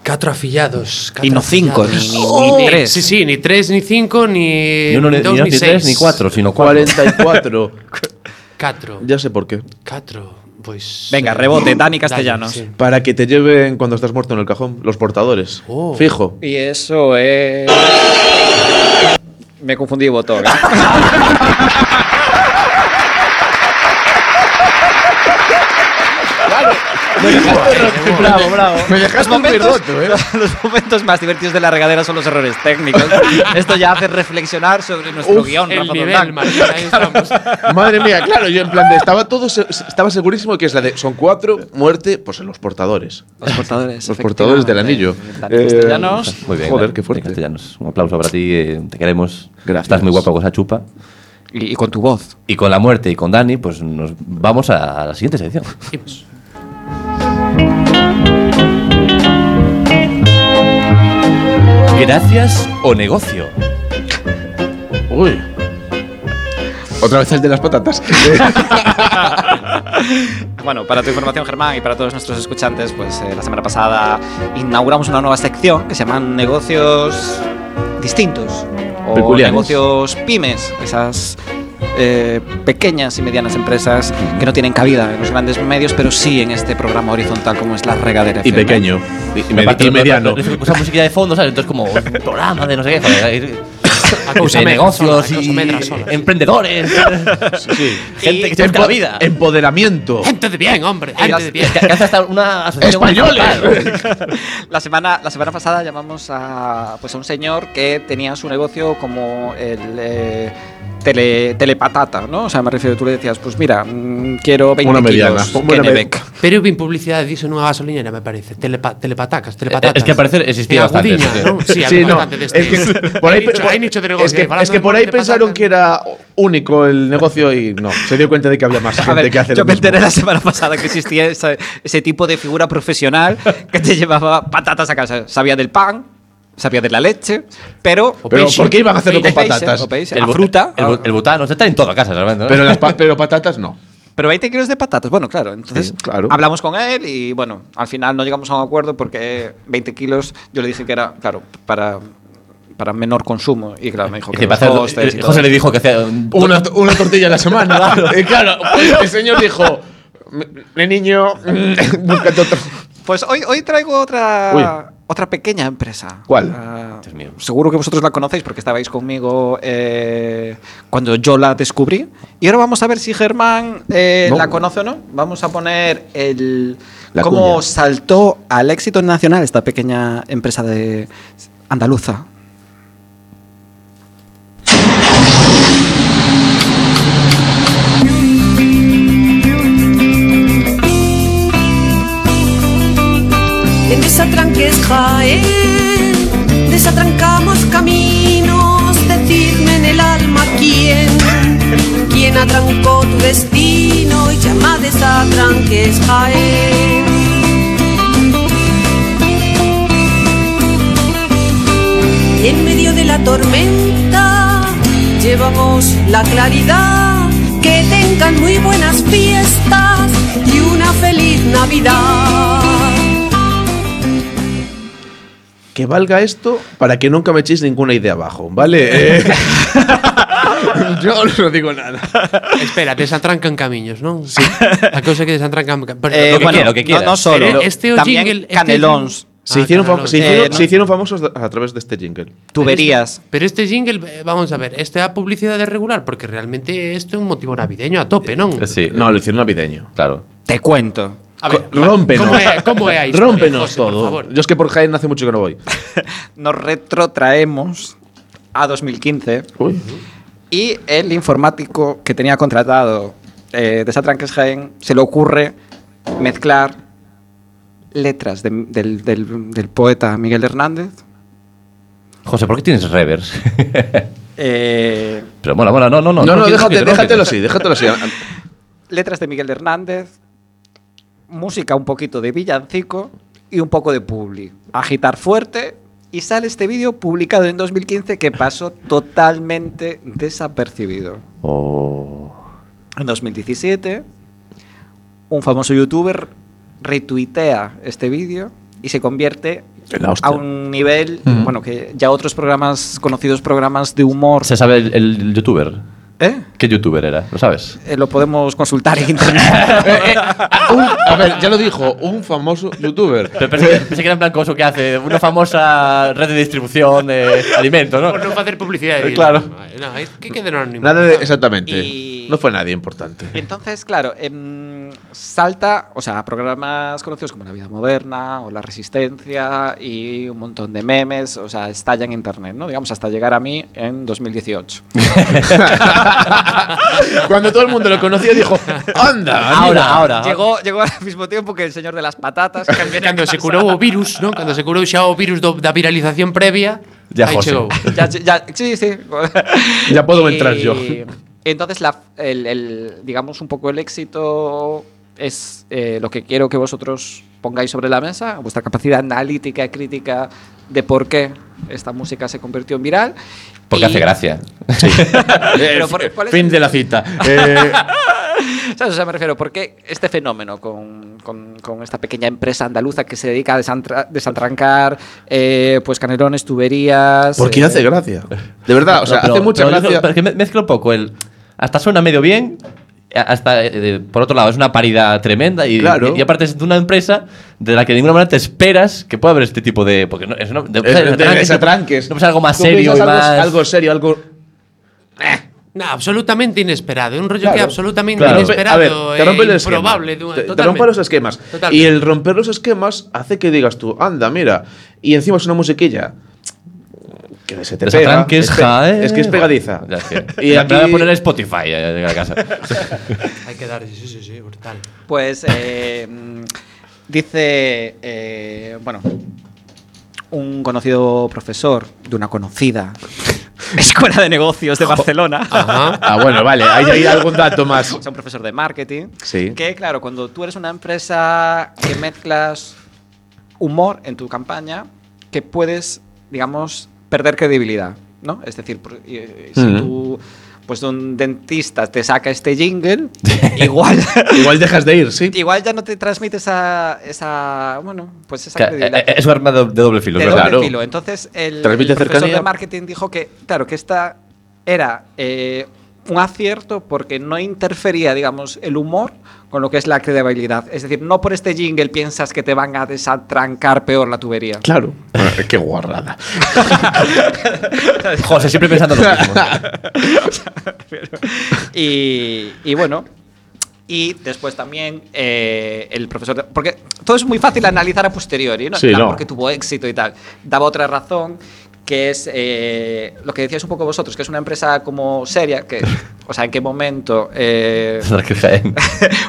S6: Cuatro afillados.
S4: Y no cinco, ni, ni- ni tres.
S6: Oh. Sí, sí, ni tres, ni cinco, ni,
S5: Ni uno, ni
S6: Eh, dos,
S5: dos,
S6: ni,
S5: ni tres,
S6: seis.
S5: ni cuatro, sino cuatro.
S10: 44.
S6: Catro.
S10: ya sé por qué.
S6: Catro. Pues.
S4: Venga,
S6: eh,
S4: rebote, Dani
S6: Dani,
S4: Castellanos.
S6: sí.
S10: Para que te lleven cuando estás muerto en el cajón, los portadores.
S6: Oh.
S10: Fijo.
S4: Y eso es. Me confundí de botón. ¿eh? bravo, bravo.
S1: Me dejaste
S4: eh. Los
S1: un
S4: momentos-
S1: piroto, ¿eh?
S4: Los momentos más divertidos de la regadera son los errores técnicos. Esto ya hace reflexionar sobre nuestro guión,
S6: El
S4: Rafa
S6: nivel,
S4: Roldán.
S6: María, ahí estamos.
S1: Madre mía, claro, yo en plan de estaba todo se- estaba segurísimo que es la de son cuatro muerte, pues en los portadores.
S4: Los portadores.
S1: Los portadores del anillo.
S4: Dani Castellanos.
S5: Muy bien.
S1: Joder,
S5: Dani,
S1: qué fuerte.
S5: Dani Castellanos. Un aplauso para ti, eh, te queremos.
S1: Gracias.
S5: Estás muy guapo con esa chupa.
S4: Y, y con tu voz.
S5: Y con la muerte y con Dani, pues nos vamos a la siguiente sección. Gracias o negocio.
S1: Uy. Otra vez el de las patatas.
S4: Bueno, para tu información, Germán, y para todos nuestros escuchantes, pues eh, la semana pasada inauguramos una nueva sección que se llama Negocios Distintos. O
S1: Peculiares.
S4: negocios pymes, esas eh, pequeñas y medianas empresas que no tienen cabida en los grandes medios, pero sí en este programa horizontal como es la regadera.
S10: Y
S4: FM.
S10: pequeño. Y, medi-
S5: Aparte,
S10: y mediano.
S5: le- le- le- Usa musiquilla de fondo, ¿sabes? Entonces, como un programa de no sé qué. joder,
S6: A
S5: De
S6: causa metra sola, a
S5: negocios
S6: causa
S5: y
S6: metra sola.
S5: emprendedores. Gente que se busca la vida.
S8: em-
S10: Empoderamiento.
S6: Gente de bien, hombre. Gente de bien.
S5: Que- que hace hasta una asociación.
S1: ¡Españoles!
S4: La semana, la semana pasada llamamos a, pues a un señor que tenía su negocio como el eh, tele- telepatata, ¿no? O sea, me refiero, tú le decías, pues mira, mm, quiero 20
S10: Una mediana.
S4: kilos,
S10: Ponme una
S4: Kennebec.
S6: Pero vi publicidad dice una gasolinera, me parece. Telepa- telepatacas, telepatatas.
S5: es que al parecer existía
S6: En
S5: bastante
S6: Agudiña,
S5: eso,
S6: ¿no? Sí,
S1: Sí,
S6: había
S1: no.
S6: bastante de
S1: Es
S6: este.
S1: que por ahí,
S6: Hay nicho-
S1: por-
S6: hay nicho de negocio. ¿eh?
S1: es que,
S6: Hablando
S1: es que
S6: de
S1: por ahí
S6: telepatatas,
S1: pensaron que era único el negocio y no. Se dio cuenta de que había más
S4: A
S1: gente
S4: ver,
S1: que hace
S4: yo
S1: lo
S4: me
S1: mismo.
S4: enteré la semana pasada que existía esa- ese tipo de figura profesional que te llevaba patatas a casa. Sabía del pan, sabía de la leche, pero...
S1: Pero
S6: Peixe.
S1: ¿por qué iban a hacerlo con
S4: Peixe,
S1: patatas?
S4: o peixe,
S5: El
S4: a
S5: bu-
S4: fruta.
S5: El, bu- el butano, se está en toda casa, realmente. ¿no?
S1: Pero, las pa- pero patatas no.
S4: Pero 20 kilos de patatas, bueno, claro. Entonces
S1: Sí, claro.
S4: hablamos con él y bueno, al final no llegamos a un acuerdo porque 20 kilos yo le dije que era, claro, para, para menor consumo. Y claro, me dijo
S5: Y
S4: que
S5: que
S4: los
S5: para hacer-
S4: costes y
S5: eh,
S4: todo
S5: José le
S4: eso.
S5: dijo que hacía un-
S1: Una, una tortilla a la semana. Y claro, pues el señor dijo: "Mi niño, mm, búscate otro.
S4: Pues hoy, hoy traigo otra, otra pequeña empresa.
S1: ¿Cuál?
S4: Ah,
S5: Dios mío.
S4: seguro que vosotros la conocéis porque estabais conmigo eh, cuando yo la descubrí. Y ahora vamos a ver si Germán eh,
S1: No.
S4: la conoce o no. Vamos a poner el
S1: La
S4: cómo
S1: cuña.
S4: saltó al éxito nacional esta pequeña empresa de andaluza.
S3: En desatranques Jaén, desatrancamos caminos, decidme en el alma quién, quién atrancó tu destino y llama desatranques Jaén. Y en medio de la tormenta llevamos la claridad, que tengan muy buenas fiestas y una feliz Navidad.
S10: Que valga esto para que nunca me echéis ninguna idea abajo, ¿vale? Eh,
S1: Yo no digo nada.
S6: Espera, desatrancan camiños, ¿no? Sí. La cosa que desatrancan camiños.
S4: Eh,
S5: que quiera, lo que quiera.
S4: No, no solo.
S6: Pero este o
S4: también
S6: jingle, este
S4: canelons,
S6: jingle.
S10: se,
S6: Ah,
S10: hicieron
S6: claro,
S10: fam- se
S6: eh,
S10: hicieron-
S4: no.
S10: se hicieron famosos a través de este jingle.
S4: tuberías.
S6: Pero este jingle, eh, vamos a ver, este da publicidad es regular porque realmente esto es un motivo navideño a tope, ¿no?
S5: Sí,
S10: No, lo hicieron navideño.
S5: claro.
S4: Te cuento.
S6: A ver,
S1: Co- rómpenos.
S6: ¿Cómo es, cómo es ahí?
S1: Rómpenos
S6: José, por
S1: todo.
S6: favor?
S1: Yo es que por Jaén hace mucho que no voy.
S4: Nos retrotraemos a 2015.
S1: Uy.
S4: Y el informático que tenía contratado eh, de Satranques Jaén se le ocurre mezclar letras de- del, del- del poeta Miguel Hernández.
S5: José, ¿por qué tienes revers?
S4: eh,
S5: Pero mola, mola, no, no, no.
S1: No, no,
S5: quiero-
S1: déjate,
S5: quiero-
S1: déjatelo así, déjatelo así.
S4: letras de Miguel Hernández, música un poquito de villancico y un poco de publi. Agitar fuerte y sale este vídeo publicado en 2015 que pasó totalmente desapercibido.
S5: Oh.
S4: En 2017, un famoso youtuber retuitea este vídeo y se convierte a un nivel, bueno, que ya otros programas, conocidos programas de humor,
S5: ¿Se sabe el, el youtuber?
S4: ¿eh?
S5: ¿Qué youtuber era? ¿Lo sabes?
S4: Eh, lo podemos consultar en internet.
S8: Un- a ver, ya lo dijo, un famoso youtuber.
S5: Pero pensé, que- pensé que era en plan coso que hace una famosa red de distribución de alimentos, ¿no?
S6: Por no hacer publicidad. de
S5: Claro.
S6: ellos. No, es que queden anónimos.
S8: Nada de, exactamente.
S4: Y-
S8: No fue nadie importante.
S4: Entonces, claro, em, salta, o sea, a programas conocidos como La Vida Moderna o La Resistencia y un montón de memes, o sea, estalla en internet, ¿no? Digamos, hasta llegar a mí en 2018.
S8: Cuando todo el mundo lo conocía, dijo: ¡Anda!
S5: Ahora, ahora.
S4: Llegó, llegó al mismo tiempo que el señor de las patatas.
S6: Cando se curou o virus, non? Cando se curou xa o virus do, da viralización previa,
S5: Ya,
S6: aí
S5: José.
S6: chegou.
S4: Ya- ya- sí, sí.
S8: Ya puedo entrar yo.
S4: Entonces, la- el, el- digamos, un poco el éxito es eh, lo que quiero que vosotros pongáis sobre la mesa, vuestra capacidad analítica, crítica de por qué esta música se convirtió en viral.
S5: Porque
S4: Y-
S5: hace gracia.
S4: Pero por- ¿cuál es
S8: Fin
S4: el-
S8: de la cita.
S4: ¿Sabes? O sea, me refiero, ¿por qué este fenómeno con, con- con esta pequeña empresa andaluza que se dedica a desantra- desantrancar eh, pues canelones, tuberías?
S8: Porque
S4: eh,
S8: hace gracia. De verdad, o sea, hace mucha gracia.
S5: Eh, Pero que me- mezcla un poco el. Hasta suena medio bien. a- Hasta, eh, eh, por otro lado, es una paridad tremenda y,
S8: Claro.
S5: y, y aparte es de una empresa de la que de ninguna manera te esperas que pueda haber este tipo de. Porque no, es una, de,
S8: Es- Eh, de- de
S5: atranques,
S8: desatranques.
S5: No pasa algo más
S8: Tú
S5: serio y
S8: piensas
S5: más.
S8: Algo, algo serio, algo.
S6: Na, absolutamente inesperado, é un rollo que é
S8: Claro.
S6: absolutamente
S5: Claro.
S8: Rompe-
S6: inesperado
S8: a ver,
S6: e
S8: te rompe el esquema.
S6: improbable. dunha-
S8: Te- te, rompe
S6: totalmente.
S8: los esquemas.
S6: Totalmente.
S8: Y el romper los esquemas hace que digas tú, anda, mira. Y encima es una musiquilla. Que se te pega.
S5: Desatranques,
S8: es, pe-
S5: jae.
S8: es que es pegadiza.
S5: Ya sé.
S8: Y
S5: Me la voy
S8: aquí-
S5: a poner en Spotify eh, en la casa.
S6: Hai que dar, sí, sí, sí, brutal.
S4: Pues eh, mm, dice, eh, bueno, un conocido profesor de una conocida escuela de negocios de Barcelona.
S8: Ah, bueno, vale, hay, hay algún dato más.
S4: O sea, un profesor de marketing.
S8: Sí.
S4: Que, claro, cuando tú eres una empresa que mezclas humor en tu campaña, que puedes, digamos, perder credibilidad, ¿no? Es decir, por- y- y si tú, pues un dentista te saca este jingle, igual,
S8: Igual dejas de ir, sí.
S4: igual ya no te transmite esa, esa bueno, pues esa
S5: Que, eh,
S4: credibilidad.
S5: eh, es un arma de de doble filo,
S4: de
S5: es
S4: doble
S5: verdad.
S4: filo. Entonces, el,
S8: Transmite
S4: el profesor
S8: cercanía.
S4: de marketing dijo que, claro, que esta era eh, un acierto porque no interfería, digamos, el humor con lo que es la credibilidad. Es decir, no por este jingle piensas que te van a desatrancar peor la tubería.
S8: Claro. Qué guarrada.
S5: José, siempre pensando en lo mismo.
S4: Y, y bueno. Y después también eh, el profesor. de- porque todo es muy fácil analizar a posteriori, ¿no?
S8: Sí,
S4: Claro,
S8: no.
S4: Porque tuvo éxito y tal. Daba otra razón, que es eh, lo que decíais un poco vosotros, que es una empresa como seria, que, o sea, en qué momento eh,
S5: Atranques Jaén.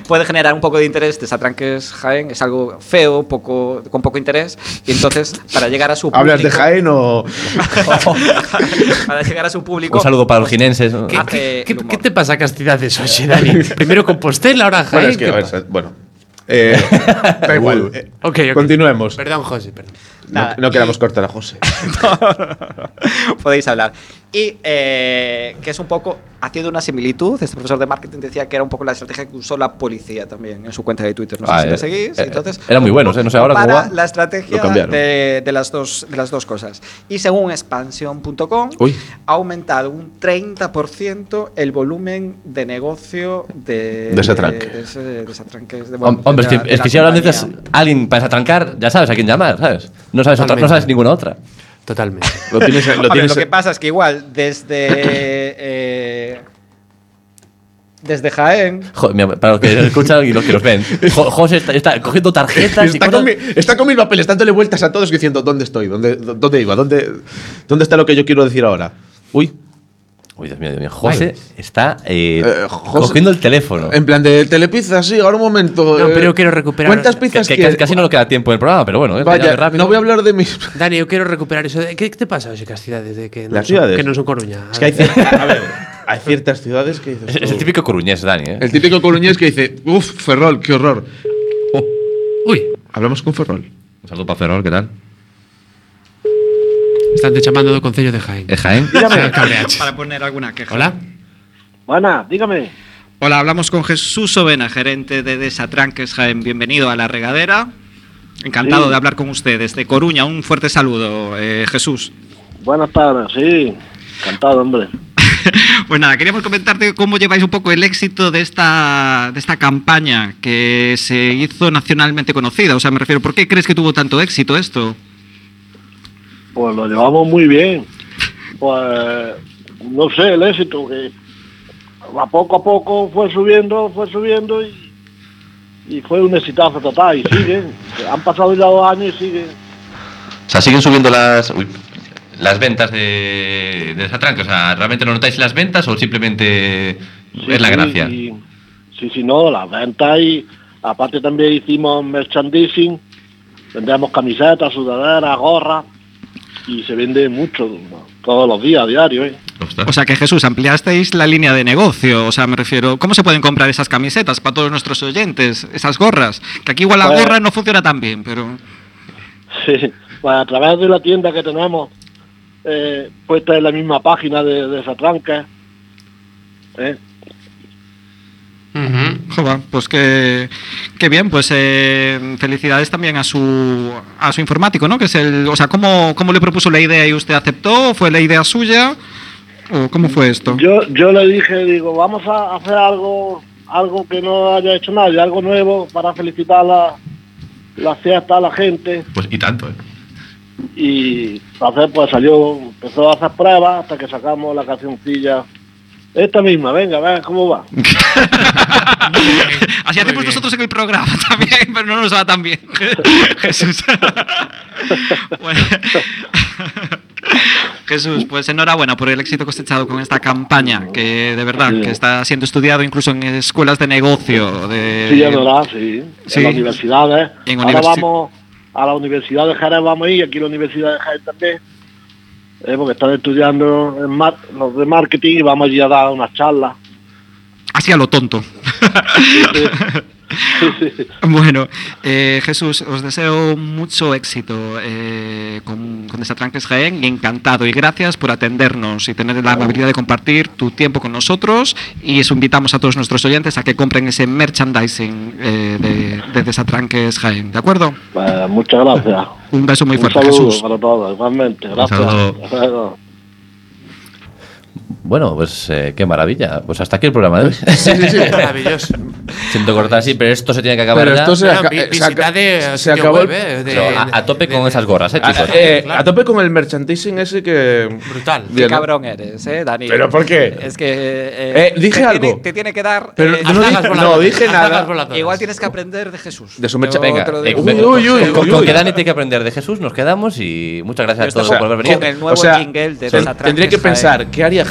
S4: puede generar un poco de interés. Desatranques Jaén es algo feo, poco, con poco interés. Y entonces, para llegar a su
S8: ¿Hablas de
S4: público-
S8: Jaén o.?
S4: para llegar a su público.
S5: Un saludo para los
S4: pues,
S5: jinenses.
S6: Que,
S4: Hace
S6: que, que,
S4: el humor.
S6: que te pasa a cas cidades hoxe, Dani? Primeiro Compostela, ahora
S8: Bueno,
S6: Jaén.
S8: es que.
S6: que
S8: a ver,
S6: pasa?
S8: bueno. Eh, da igual. eh,
S6: Ok, ok.
S8: Continuemos.
S6: Perdón, José, perdón.
S8: No, no queramos cortar a José.
S4: podéis hablar. Y eh, que es un poco, haciendo una similitud, este profesor de marketing decía que era un poco la estrategia que usó la policía también en su cuenta de Twitter. No sé
S5: Ah,
S4: si
S5: eh,
S4: la seguís.
S5: eh,
S4: Entonces,
S5: eran muy buenos, eh, no sé ahora cómo
S4: compara
S5: va.
S4: la
S8: Lo
S4: estrategia
S8: cambiaron.
S4: de, de las dos, de las dos cosas. Y según expansión.com,
S8: Uy.
S4: ha aumentado un 30% el volumen de negocio de.
S8: Desatranque.
S4: De, ese- desatranques de- bueno,
S5: Hom- Hombre,
S4: de
S5: es
S4: la-
S5: que,
S4: de
S5: es
S4: la
S5: que si ahora
S4: compañía.
S5: necesitas alguien para atrancar, ya sabes a quién llamar, ¿sabes? No sabes, otra- no
S6: Totalmente.
S5: sabes ninguna otra.
S6: Totalmente.
S8: Lo tienes. Lo
S4: A ver,
S8: tienes
S4: lo que pasa es que igual desde eh, desde Jaén
S5: Jo- mira, para los que nos escuchan y los que nos ven. Jo- José está, está cogiendo tarjetas y
S8: Está
S5: cosas.
S8: con, mi- está con mis papeles dándole vueltas a todos diciendo dónde estoy, dónde, dónde iba, dónde, dónde está lo que yo quiero decir ahora. Uy,
S5: Uy, Dios mío, Dios mío. José está eh,
S8: Eh, José- Em-
S5: cogiendo el teléfono.
S8: en plan de telepizza, sí, ahora un momento.
S6: No,
S8: eh,
S6: pero quiero recuperar-
S8: ¿Cuántas
S6: que-
S5: Que,
S8: pizzas
S5: que
S8: quieres?
S5: casi, casi no nos queda tiempo en el programa, pero bueno, eh,
S8: Vaya,
S5: ya rápido.
S8: no voy a hablar de mis.
S6: Dani, eu quero recuperar eso. De, que, que te pasa hoxe cas cidades de que non,
S8: Las
S6: son,
S8: cidades?
S6: que non son Coruña?
S8: Es que hay, cier- a ver, hay ciertas ciudades que
S5: Es,
S8: dices
S5: es el
S8: tú-
S5: típico coruñés, Dani. ¿eh?
S8: el típico coruñés que dice, uff, Ferrol, qué horror.
S6: Uy,
S8: Hablamos con Ferrol.
S5: Un saludo para Ferrol, ¿qué tal?
S6: están te chamando do Concello de Jaén.
S5: ¿Es Jaén?
S6: Xa cabreaches.
S4: poner alguna queja.
S6: Hola?
S13: Buena, dígame.
S4: Hola, hablamos con Jesús Ovena, gerente de Desatranques Jaén. Bienvenido a La Regadera. Encantado
S7: Sí.
S4: de hablar con ustedes. De Coruña, un fuerte saludo, eh, Jesús.
S7: Buenas tardes, sí. Encantado, hombre.
S4: Pues nada, queríamos comentarte cómo lleváis un poco el éxito de esta, de esta campaña que se hizo nacionalmente conocida. O sea, me refiero, ¿por qué crees que tuvo tanto éxito esto?
S7: Pues lo llevamos muy bien. Pues no sé, el éxito que a poco a poco fue subiendo, fue subiendo y, y fue un exitazo total y sigue. Han pasado ya dos años y sigue.
S5: O sea, siguen subiendo las uy, las ventas de, de Desatranque. O sea, ¿realmente lo notáis en las ventas o simplemente
S7: Sí,
S5: es la
S7: sí,
S5: gracia?
S7: Sí, sí, sí, no, las ventas y aparte también hicimos merchandising, vendemos camisetas, sudaderas, gorras y se vende mucho todos los días, a diario. ¿eh?
S5: Pues,
S4: O sea, que Jesús, ampliasteis la línea de negocio. O sea, me refiero, ¿cómo se pueden comprar esas camisetas para todos nuestros oyentes? Esas gorras. Que aquí igual la
S7: Pues-
S4: gorra no funciona tan bien, pero...
S7: Sí, pues a través de la tienda que tenemos eh, puesta en la misma página de, de Satranca. ¿eh?
S4: Joba, pues que, que bien, pues eh, felicidades también a su, a su informático, ¿no? Que es el, o sea, ¿cómo, ¿cómo le propuso la idea y usted aceptó? ¿Fue la idea suya? ¿O cómo fue esto?
S7: Yo, yo le dije, digo, vamos a hacer algo algo que no haya hecho nadie, algo nuevo para felicitar la, la fiesta a la gente.
S5: Pues y tanto, ¿eh?
S7: y hacer pues salió, empezó a hacer pruebas hasta que sacamos la cancioncilla. Esta misma, venga, vean cómo va.
S4: Así hacemos nosotros en el programa también, pero no nos va tan bien. Jesús. Bueno. Jesús, pues enhorabuena por el éxito cosechado con esta campaña, que de verdad que está siendo estudiado incluso en escuelas de negocio. De,
S7: Sí, es verdad, sí.
S4: Sí.
S7: En las universidades.
S4: En
S7: Ahora
S4: universi-
S7: vamos a la Universidad de Jerez, vamos a ir, aquí la Universidad de Jerez también, eh, porque están estudiando en mar- los de marketing y vamos allí a dar unas charlas.
S4: Así a lo tonto. bueno, eh, Jesús, os deseo mucho éxito eh, con, con Desatranques Jaén y encantado. Y gracias por atendernos y tener la amabilidad de compartir tu tiempo con nosotros. Y os invitamos a todos nuestros oyentes a que compren ese merchandising eh, de, de Desatranques Jaén. ¿De acuerdo?
S7: Pues, muchas gracias.
S4: Un beso muy fuerte,
S7: Un saludo
S4: Jesús.
S7: para todos, igualmente. Gracias.
S5: saludo.
S7: Hasta luego.
S5: Bueno, pues eh, qué maravilla. Pues hasta aquí el programa de hoy.
S6: Sí, sí, sí. Maravilloso.
S5: Siento cortar así, pero esto se tiene que acabar
S8: Pero
S5: ya.
S8: esto se
S6: Bueno,
S8: aca-
S6: vi-
S8: eh, se
S6: visitad
S8: aca-
S6: de-
S8: se
S6: sitio
S8: acabó el-
S6: web, eh, de-
S5: Pero a, a tope con esas gorras, eh,
S8: A,
S5: chicos.
S8: eh, a tope con el merchandising ese que.
S6: Brutal.
S8: Bien,
S14: Qué
S8: ¿no?
S14: cabrón eres, ¿eh, Dani?
S8: ¿Pero por qué?
S14: Es que.
S8: Eh, dije
S14: te
S8: algo.
S14: Tiene, te tiene que dar.
S8: Pero
S14: eh,
S8: yo no
S14: haz-
S8: dije, no dije nada.
S14: Igual tienes que aprender de Jesús.
S8: De su
S14: Yo
S8: mecha.
S5: Venga,
S14: te lo
S5: eh,
S14: digo.
S5: ve-
S8: Uy, uy, uy,
S5: con, con-
S8: uy,
S5: con
S8: uy.
S5: que Dani tiene que aprender de Jesús, nos quedamos y muchas gracias
S14: Pero
S5: a todos
S14: estamos
S5: por haber
S14: con
S5: venido.
S14: el nuevo
S8: o sea,
S14: jingle de
S8: Tendría que
S14: Desatranques Jaén.
S8: pensar, ¿qué haría